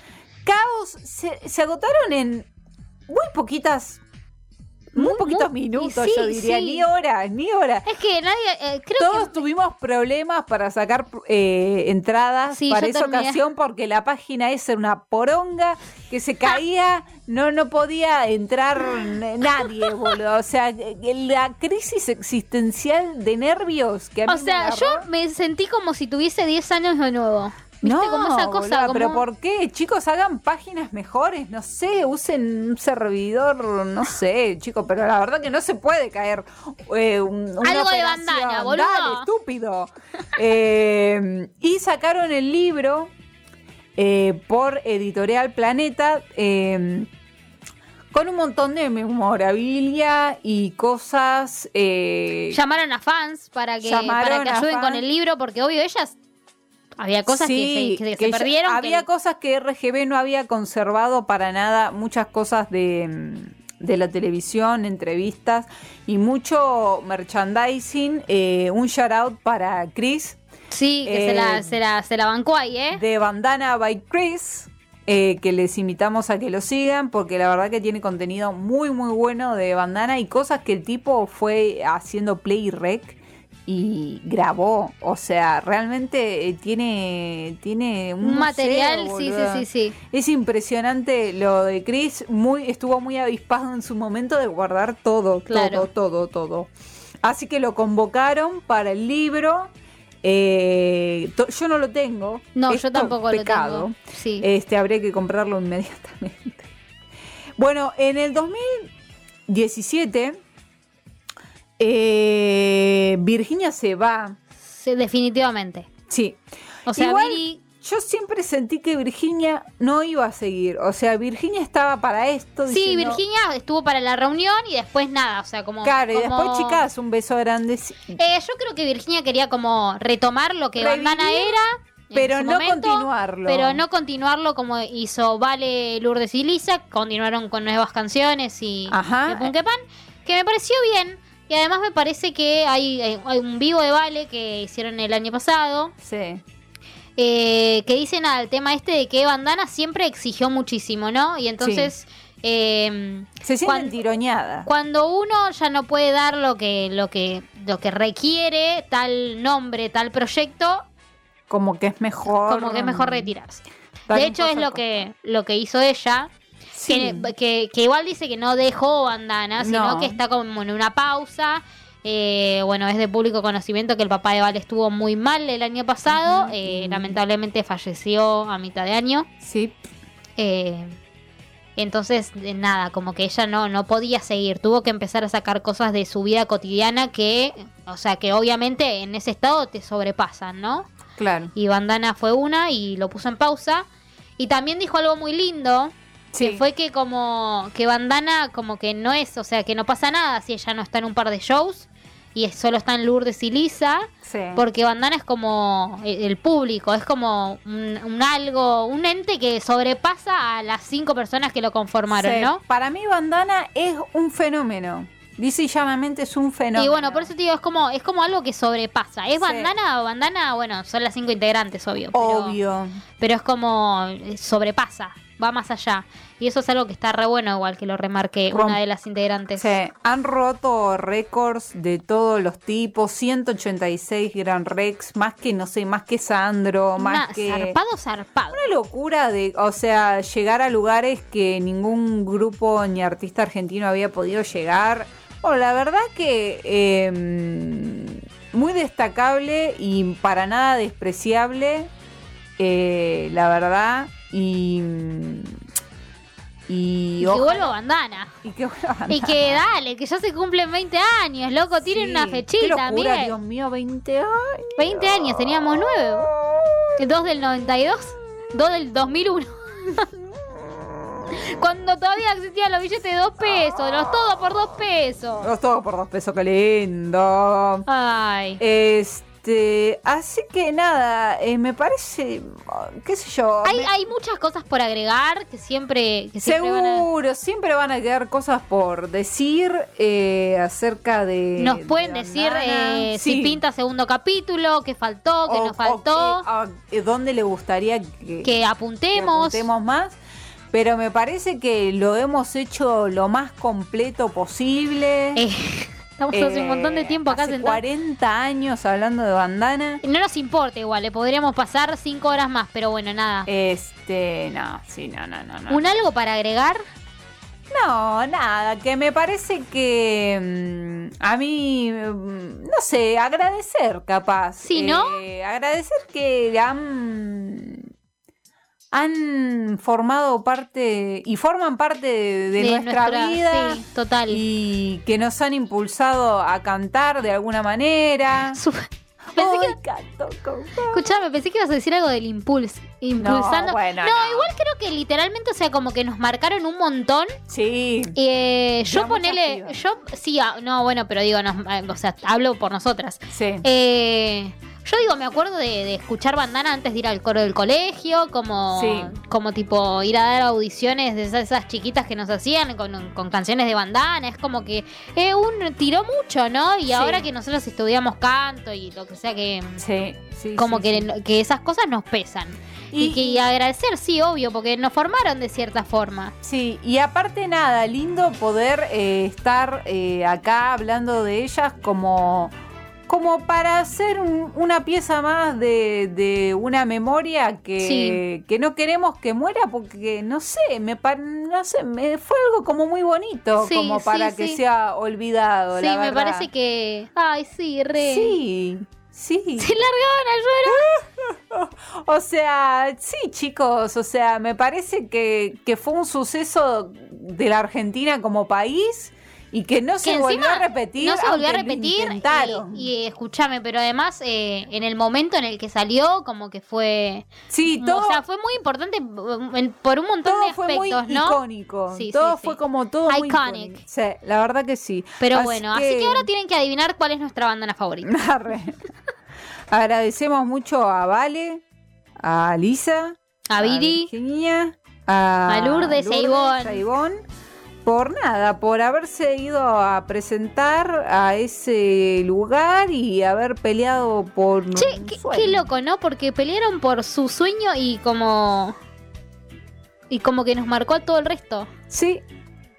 [SPEAKER 2] Caos. Se, se agotaron en muy poquitas. Muy,
[SPEAKER 1] Muy,
[SPEAKER 2] poquitos
[SPEAKER 1] muy- y
[SPEAKER 2] minutos,
[SPEAKER 1] sí,
[SPEAKER 2] yo diría.
[SPEAKER 1] sí.
[SPEAKER 2] Ni horas, ni horas.
[SPEAKER 1] Es que nadie, eh, creo
[SPEAKER 2] Todos
[SPEAKER 1] que...
[SPEAKER 2] tuvimos problemas para sacar eh, entradas
[SPEAKER 1] Sí,
[SPEAKER 2] para
[SPEAKER 1] yo
[SPEAKER 2] esa
[SPEAKER 1] terminé.
[SPEAKER 2] ocasión porque la página esa era una poronga que se caía, no no podía entrar n- nadie, boludo. O sea, eh, la crisis existencial de nervios que a mí
[SPEAKER 1] O sea,
[SPEAKER 2] me
[SPEAKER 1] yo
[SPEAKER 2] agarró.
[SPEAKER 1] me sentí como si tuviese 10 años de nuevo. ¿Viste?
[SPEAKER 2] no,
[SPEAKER 1] como esa cosa.
[SPEAKER 2] boluda,
[SPEAKER 1] como-
[SPEAKER 2] pero ¿por qué? Chicos, hagan páginas mejores, no sé, usen un servidor, no sé, chicos, pero la verdad que no se puede caer eh, un- una
[SPEAKER 1] Algo de
[SPEAKER 2] operación.
[SPEAKER 1] bandana, boludo.
[SPEAKER 2] Dale, estúpido. Eh, y sacaron el libro eh, por Editorial Planeta eh, con un montón de memorabilia y cosas. eh,
[SPEAKER 1] Llamaron a fans para que, para
[SPEAKER 2] Llamaron
[SPEAKER 1] que
[SPEAKER 2] a
[SPEAKER 1] ayuden con
[SPEAKER 2] fans.
[SPEAKER 1] el libro, porque obvio ellas había cosas que
[SPEAKER 2] sí,
[SPEAKER 1] se- que se,
[SPEAKER 2] que ya-
[SPEAKER 1] perdieron. que-
[SPEAKER 2] Había cosas que RGB no había conservado para nada, muchas cosas de, mm, de la televisión, entrevistas y mucho merchandising. Eh, un shout out para Chris
[SPEAKER 1] sí, que se,
[SPEAKER 2] eh,
[SPEAKER 1] la, se, la, se la bancó ahí, ¿eh?
[SPEAKER 2] de Bandana by Chris. eh, que les invitamos a que lo sigan porque la verdad que tiene contenido muy muy bueno de bandana y cosas que el tipo fue haciendo play y rec y grabó o sea realmente eh, tiene tiene un
[SPEAKER 1] Un
[SPEAKER 2] museo,
[SPEAKER 1] material, sí,
[SPEAKER 2] boluda.
[SPEAKER 1] sí, sí, sí.
[SPEAKER 2] Es impresionante lo de Chris, muy, estuvo muy avispado en su momento de guardar todo,
[SPEAKER 1] Claro.
[SPEAKER 2] todo, todo, todo. Así que lo convocaron para el libro. eh, to- yo no lo tengo.
[SPEAKER 1] No,
[SPEAKER 2] Esto
[SPEAKER 1] yo tampoco
[SPEAKER 2] pecado.
[SPEAKER 1] lo tengo. Sí.
[SPEAKER 2] Este, habría que comprarlo inmediatamente. Bueno, en el 2017, eh, Virginia se va.
[SPEAKER 1] Sí, definitivamente.
[SPEAKER 2] Sí,
[SPEAKER 1] O sea,
[SPEAKER 2] Igual-
[SPEAKER 1] Viri-
[SPEAKER 2] yo siempre sentí que Virginia no iba a seguir. O sea, Virginia estaba para esto.
[SPEAKER 1] Sí,
[SPEAKER 2] diciendo,
[SPEAKER 1] Virginia estuvo para la reunión y después nada, o sea, como...
[SPEAKER 2] Claro, y
[SPEAKER 1] como-
[SPEAKER 2] después, chicas, un beso grande. sí.
[SPEAKER 1] Eh, yo creo que Virginia quería como retomar lo que
[SPEAKER 2] Revivir,
[SPEAKER 1] Bandana era. en
[SPEAKER 2] pero
[SPEAKER 1] su
[SPEAKER 2] no continuarlo.
[SPEAKER 1] Pero no continuarlo como hizo Vale, Lourdes y Lisa. Continuaron con nuevas canciones y
[SPEAKER 2] Ajá.
[SPEAKER 1] de Punkepan, que me pareció bien. Y además me parece que hay, hay- hay un vivo de Vale que hicieron el año pasado,
[SPEAKER 2] Sí.
[SPEAKER 1] eh, que dicen al tema este de que Bandana siempre exigió muchísimo, ¿no? Y entonces... eh,
[SPEAKER 2] Se sienten
[SPEAKER 1] Cuando-
[SPEAKER 2] tironeadas.
[SPEAKER 1] cuando uno ya no puede dar lo que, lo que, lo que requiere tal nombre, tal proyecto,
[SPEAKER 2] Como que es mejor.
[SPEAKER 1] como que es mejor retirarse.
[SPEAKER 2] dar
[SPEAKER 1] de
[SPEAKER 2] un
[SPEAKER 1] hecho,
[SPEAKER 2] paso
[SPEAKER 1] es
[SPEAKER 2] al
[SPEAKER 1] lo que, lo que hizo ella.
[SPEAKER 2] costado. Sí.
[SPEAKER 1] Que, que- que igual dice que no dejó bandana, sino
[SPEAKER 2] No.
[SPEAKER 1] que está como en una pausa. Eh, bueno, es de público conocimiento que el papá de Val estuvo muy mal el año pasado.
[SPEAKER 2] Ujú.
[SPEAKER 1] Eh,
[SPEAKER 2] Mm.
[SPEAKER 1] lamentablemente falleció a mitad de año.
[SPEAKER 2] Sí.
[SPEAKER 1] Eh, entonces, de nada, como que ella no, no podía seguir, tuvo que empezar a sacar cosas de su vida cotidiana que, o sea, que obviamente en ese estado te sobrepasan, ¿no?
[SPEAKER 2] claro.
[SPEAKER 1] Y Bandana fue una y lo puso en pausa. Y también dijo algo muy lindo,
[SPEAKER 2] Sí.
[SPEAKER 1] que fue que como que Bandana como que no es, o sea, que no pasa nada si ella no está en un par de shows y es- solo están Lourdes y Lisa.
[SPEAKER 2] Sí.
[SPEAKER 1] Porque Bandana es como el, el público, es como un, un algo, un ente que sobrepasa a las cinco personas que lo conformaron,
[SPEAKER 2] Sí.
[SPEAKER 1] ¿no?
[SPEAKER 2] Para mí, bandana es un fenómeno. Dice y llanamente es un fenómeno.
[SPEAKER 1] y bueno, por eso te digo, es como, es como algo que sobrepasa. ¿Es
[SPEAKER 2] Sí.
[SPEAKER 1] bandana o bandana? Bueno, son las cinco integrantes, obvio. pero-
[SPEAKER 2] Obvio.
[SPEAKER 1] Pero, es como eh, sobrepasa, va más allá. Y eso es algo que está re bueno, igual que lo remarque
[SPEAKER 2] Rom-
[SPEAKER 1] una de las integrantes.
[SPEAKER 2] Sí, han roto récords de todos los tipos, 186 Gran Rex, más que, no sé, más que Sandro, más
[SPEAKER 1] Una-
[SPEAKER 2] que...
[SPEAKER 1] Zarpado, zarpado.
[SPEAKER 2] Una locura de, o sea, llegar a lugares que ningún grupo ni artista argentino había podido llegar. Bueno, la verdad que eh, muy destacable y para nada despreciable, eh, la verdad, y... Y,
[SPEAKER 1] Y que
[SPEAKER 2] ojalá-
[SPEAKER 1] vuelva bandana.
[SPEAKER 2] y que vuelva
[SPEAKER 1] Y que dale, que ya se cumplen 20 años, loco, tienen
[SPEAKER 2] Sí,
[SPEAKER 1] una
[SPEAKER 2] qué
[SPEAKER 1] fechita,
[SPEAKER 2] locura,
[SPEAKER 1] miren.
[SPEAKER 2] Dios mío, 20 años.
[SPEAKER 1] 20 años, teníamos 9. 2 del 92, 2 del 2001. *laughs* Cuando todavía existían los billetes de 2 pesos, los todos por 2 pesos.
[SPEAKER 2] Dos todo por dos pesos, qué lindo.
[SPEAKER 1] Ay.
[SPEAKER 2] Eh, Este, así que nada, eh, me parece, qué sé yo.
[SPEAKER 1] Hay,
[SPEAKER 2] me-
[SPEAKER 1] hay muchas cosas por agregar que siempre... Que siempre van a-
[SPEAKER 2] Seguro, siempre van a quedar cosas por decir eh, acerca de.
[SPEAKER 1] Nos
[SPEAKER 2] de
[SPEAKER 1] pueden decir
[SPEAKER 2] Bandana.
[SPEAKER 1] eh,
[SPEAKER 2] Sí.
[SPEAKER 1] si pinta segundo capítulo, qué faltó, qué
[SPEAKER 2] O-
[SPEAKER 1] nos faltó,
[SPEAKER 2] o que- a- eh, ¿Dónde le gustaría que,
[SPEAKER 1] que
[SPEAKER 2] que
[SPEAKER 1] apuntemos.
[SPEAKER 2] apuntemos más? Pero me parece que lo hemos hecho lo más completo posible.
[SPEAKER 1] Eh, *laughs* estamos hace un montón de
[SPEAKER 2] Eh,
[SPEAKER 1] tiempo acá
[SPEAKER 2] hace
[SPEAKER 1] sentados.
[SPEAKER 2] 40 años hablando de bandana.
[SPEAKER 1] No nos importa igual, le podríamos pasar 5 horas más, pero bueno, nada.
[SPEAKER 2] Eh, Este, no, sí, no, no, no. No,
[SPEAKER 1] ¿Un algo para agregar?
[SPEAKER 2] No, nada, que me parece que mm, a mí, mm, no sé, agradecer capaz.
[SPEAKER 1] Sí, ¿no?
[SPEAKER 2] Eh, agradecer que han, han formado parte y forman parte de, de nuestra, vida.
[SPEAKER 1] Sí, total.
[SPEAKER 2] Y que nos han impulsado a cantar de alguna manera.
[SPEAKER 1] Su- Pensé que-
[SPEAKER 2] Hoy canto con vos.
[SPEAKER 1] Escuchame, pensé que ibas a decir algo del impulso. Impulsando.
[SPEAKER 2] No, bueno,
[SPEAKER 1] No,
[SPEAKER 2] no.
[SPEAKER 1] igual creo que literalmente, o sea, como que nos marcaron un montón.
[SPEAKER 2] Sí.
[SPEAKER 1] Eh, yo
[SPEAKER 2] Pero muchas
[SPEAKER 1] ponele.
[SPEAKER 2] pibas.
[SPEAKER 1] Yo, sí, ah, no, bueno, pero digo, nos- eh, o sea, hablo por nosotras.
[SPEAKER 2] Sí.
[SPEAKER 1] Eh, yo digo, me acuerdo de, de escuchar bandana antes de ir al coro del colegio, como,
[SPEAKER 2] Sí.
[SPEAKER 1] como tipo ir a dar audiciones de esas, esas chiquitas que nos hacían con, con canciones de bandana. Es como que eh, un tiró mucho, ¿no? Y
[SPEAKER 2] Sí.
[SPEAKER 1] ahora que nosotros estudiamos canto y lo que sea que.
[SPEAKER 2] Sí, sí,
[SPEAKER 1] Como
[SPEAKER 2] sí,
[SPEAKER 1] que,
[SPEAKER 2] sí.
[SPEAKER 1] que esas cosas nos pesan. Y, que y agradecer, sí, obvio, porque nos formaron de cierta forma.
[SPEAKER 2] Sí, y aparte nada, lindo poder eh, estar eh, acá hablando de ellas como, como para hacer un- una pieza más de, de una memoria que, que no queremos que muera porque, no sé, me, pa- no sé, me- fue algo como muy bonito,
[SPEAKER 1] Sí,
[SPEAKER 2] como
[SPEAKER 1] sí,
[SPEAKER 2] para que
[SPEAKER 1] sí.
[SPEAKER 2] sea olvidado.
[SPEAKER 1] sí,
[SPEAKER 2] Oh, la
[SPEAKER 1] me
[SPEAKER 2] verdad.
[SPEAKER 1] parece que. Ay, sí, re.
[SPEAKER 2] Sí, sí.
[SPEAKER 1] Se largaban a llorar.
[SPEAKER 2] O sea, sí, chicos, o sea, me parece que, que fue un suceso de la Argentina como país y que no se
[SPEAKER 1] Que
[SPEAKER 2] volvió a
[SPEAKER 1] encima
[SPEAKER 2] repetir.
[SPEAKER 1] No se volvió a
[SPEAKER 2] aunque lo
[SPEAKER 1] repetir.
[SPEAKER 2] intentaron.
[SPEAKER 1] Y, y escúchame, pero además, eh, en el momento en el que salió, como que fue.
[SPEAKER 2] sí, todo,
[SPEAKER 1] o sea, fue muy importante mm, en- por un montón
[SPEAKER 2] todo
[SPEAKER 1] de
[SPEAKER 2] fue muy
[SPEAKER 1] aspectos, ¿no?
[SPEAKER 2] icónico.
[SPEAKER 1] Sí, sí,
[SPEAKER 2] todo
[SPEAKER 1] sí.
[SPEAKER 2] fue como todo muy
[SPEAKER 1] Iconic.
[SPEAKER 2] icónico. Sí, la verdad que sí.
[SPEAKER 1] Pero bueno, así que ahora tienen que adivinar cuál es nuestra bandana favorita.
[SPEAKER 2] *laughs* Arre. Agradecemos mucho a Vale, a Lisa,
[SPEAKER 1] A Viri,
[SPEAKER 2] Virginia, a,
[SPEAKER 1] A Lourdes, a Ivonne.
[SPEAKER 2] a Ivonne, por nada, por haberse ido a presentar a ese lugar y haber peleado por un
[SPEAKER 1] Che, qué,
[SPEAKER 2] sueño.
[SPEAKER 1] qué loco, ¿no? Porque pelearon por su sueño y como. Y como que nos marcó a todo el resto.
[SPEAKER 2] Sí,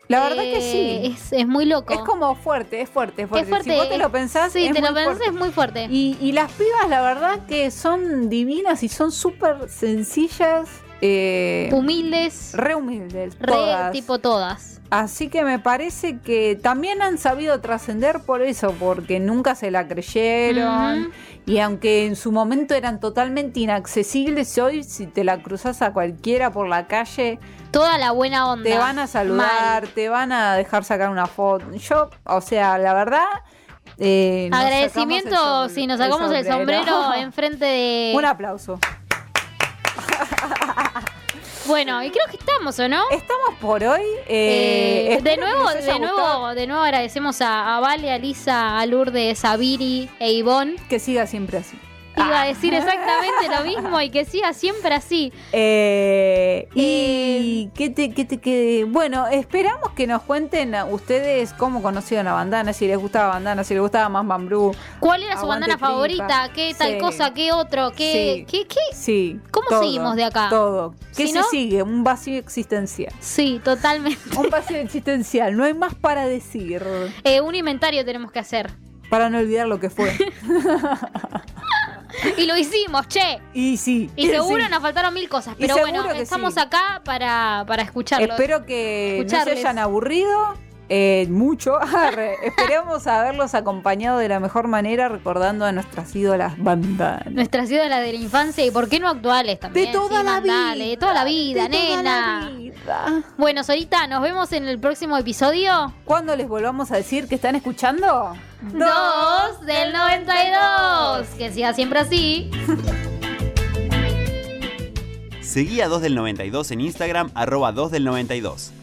[SPEAKER 2] la verdad que
[SPEAKER 1] Eh,
[SPEAKER 2] sí.
[SPEAKER 1] Es, es muy loco.
[SPEAKER 2] Es como fuerte, es fuerte, es fuerte.
[SPEAKER 1] Es fuerte,
[SPEAKER 2] Si vos te
[SPEAKER 1] es-
[SPEAKER 2] lo pensás,
[SPEAKER 1] Sí,
[SPEAKER 2] es
[SPEAKER 1] te
[SPEAKER 2] muy
[SPEAKER 1] lo pensás,
[SPEAKER 2] fuerte.
[SPEAKER 1] es muy fuerte.
[SPEAKER 2] Y, y las pibas, la verdad que son divinas y son súper sencillas, eh,
[SPEAKER 1] Humildes,
[SPEAKER 2] re humildes,
[SPEAKER 1] re
[SPEAKER 2] todas.
[SPEAKER 1] tipo todas.
[SPEAKER 2] Así que me parece que también han sabido trascender por eso, porque nunca se la creyeron.
[SPEAKER 1] Ujú.
[SPEAKER 2] Y aunque en su momento eran totalmente inaccesibles, hoy si te la cruzas a cualquiera por la calle,
[SPEAKER 1] Toda la buena onda.
[SPEAKER 2] te van a saludar,
[SPEAKER 1] Mal.
[SPEAKER 2] te van a dejar sacar una foto. Yo, o sea, la verdad... eh, nos sacamos
[SPEAKER 1] Agradecimiento
[SPEAKER 2] el
[SPEAKER 1] si nos
[SPEAKER 2] som-
[SPEAKER 1] sacamos el
[SPEAKER 2] *laughs*
[SPEAKER 1] sombrero, *laughs* enfrente de.
[SPEAKER 2] Un aplauso.
[SPEAKER 1] Bueno, y creo que estamos, ¿o no?
[SPEAKER 2] Estamos por hoy. eh,
[SPEAKER 1] Eh, de
[SPEAKER 2] espero que
[SPEAKER 1] nuevo,
[SPEAKER 2] les haya
[SPEAKER 1] de
[SPEAKER 2] gustado,
[SPEAKER 1] nuevo, de nuevo agradecemos a, a Vale, a Lisa, a Lourdes, a Viri e Ivonne.
[SPEAKER 2] Que siga siempre así.
[SPEAKER 1] Iba
[SPEAKER 2] Ah.
[SPEAKER 1] a decir exactamente
[SPEAKER 2] *laughs*
[SPEAKER 1] lo mismo y que siga siempre así.
[SPEAKER 2] Eh, y que te, que te, que- bueno, esperamos que nos cuenten a ustedes cómo conocieron a Bandana, si les gustaba Bandana, si les gustaba más Mambrú.
[SPEAKER 1] ¿Cuál era su
[SPEAKER 2] Aguante
[SPEAKER 1] bandana
[SPEAKER 2] tripa.
[SPEAKER 1] favorita? ¿Qué tal
[SPEAKER 2] Sí.
[SPEAKER 1] cosa? ¿Qué otro? ¿Qué?
[SPEAKER 2] Sí.
[SPEAKER 1] ¿Qué? ¿Qué?
[SPEAKER 2] Sí.
[SPEAKER 1] ¿Cómo
[SPEAKER 2] todo,
[SPEAKER 1] seguimos de acá?
[SPEAKER 2] Todo. ¿Qué
[SPEAKER 1] Si
[SPEAKER 2] se
[SPEAKER 1] no-
[SPEAKER 2] sigue? Un vacío existencial.
[SPEAKER 1] Sí, totalmente. *laughs*
[SPEAKER 2] Un vacío existencial. No hay más para decir.
[SPEAKER 1] Eh, un inventario tenemos que hacer.
[SPEAKER 2] Para no olvidar lo que fue.
[SPEAKER 1] Y lo hicimos, che.
[SPEAKER 2] Y sí.
[SPEAKER 1] *laughs* Y seguro
[SPEAKER 2] sí.
[SPEAKER 1] nos faltaron mil cosas,
[SPEAKER 2] Y
[SPEAKER 1] pero
[SPEAKER 2] seguro
[SPEAKER 1] bueno,
[SPEAKER 2] que
[SPEAKER 1] estamos
[SPEAKER 2] sí.
[SPEAKER 1] acá para, para escucharlos.
[SPEAKER 2] Espero que no se
[SPEAKER 1] Escucharles.
[SPEAKER 2] hayan aburrido eh, mucho. *laughs* Arre. Esperamos haberlos acompañado de la mejor manera, recordando a nuestras ídolas bandanas.
[SPEAKER 1] Nuestras ídolas de la infancia y por qué no actuales también.
[SPEAKER 2] De toda
[SPEAKER 1] Sí,
[SPEAKER 2] la
[SPEAKER 1] mandale,
[SPEAKER 2] vida.
[SPEAKER 1] De toda la vida,
[SPEAKER 2] de toda
[SPEAKER 1] nena.
[SPEAKER 2] la vida.
[SPEAKER 1] Bueno, Sorita, nos vemos en el próximo episodio.
[SPEAKER 2] ¿Cuándo les volvamos a decir que están escuchando?
[SPEAKER 1] Dos del 92. Que siga siempre así.
[SPEAKER 3] Seguí a 2 del 92 en Instagram, arroba 2 del 92.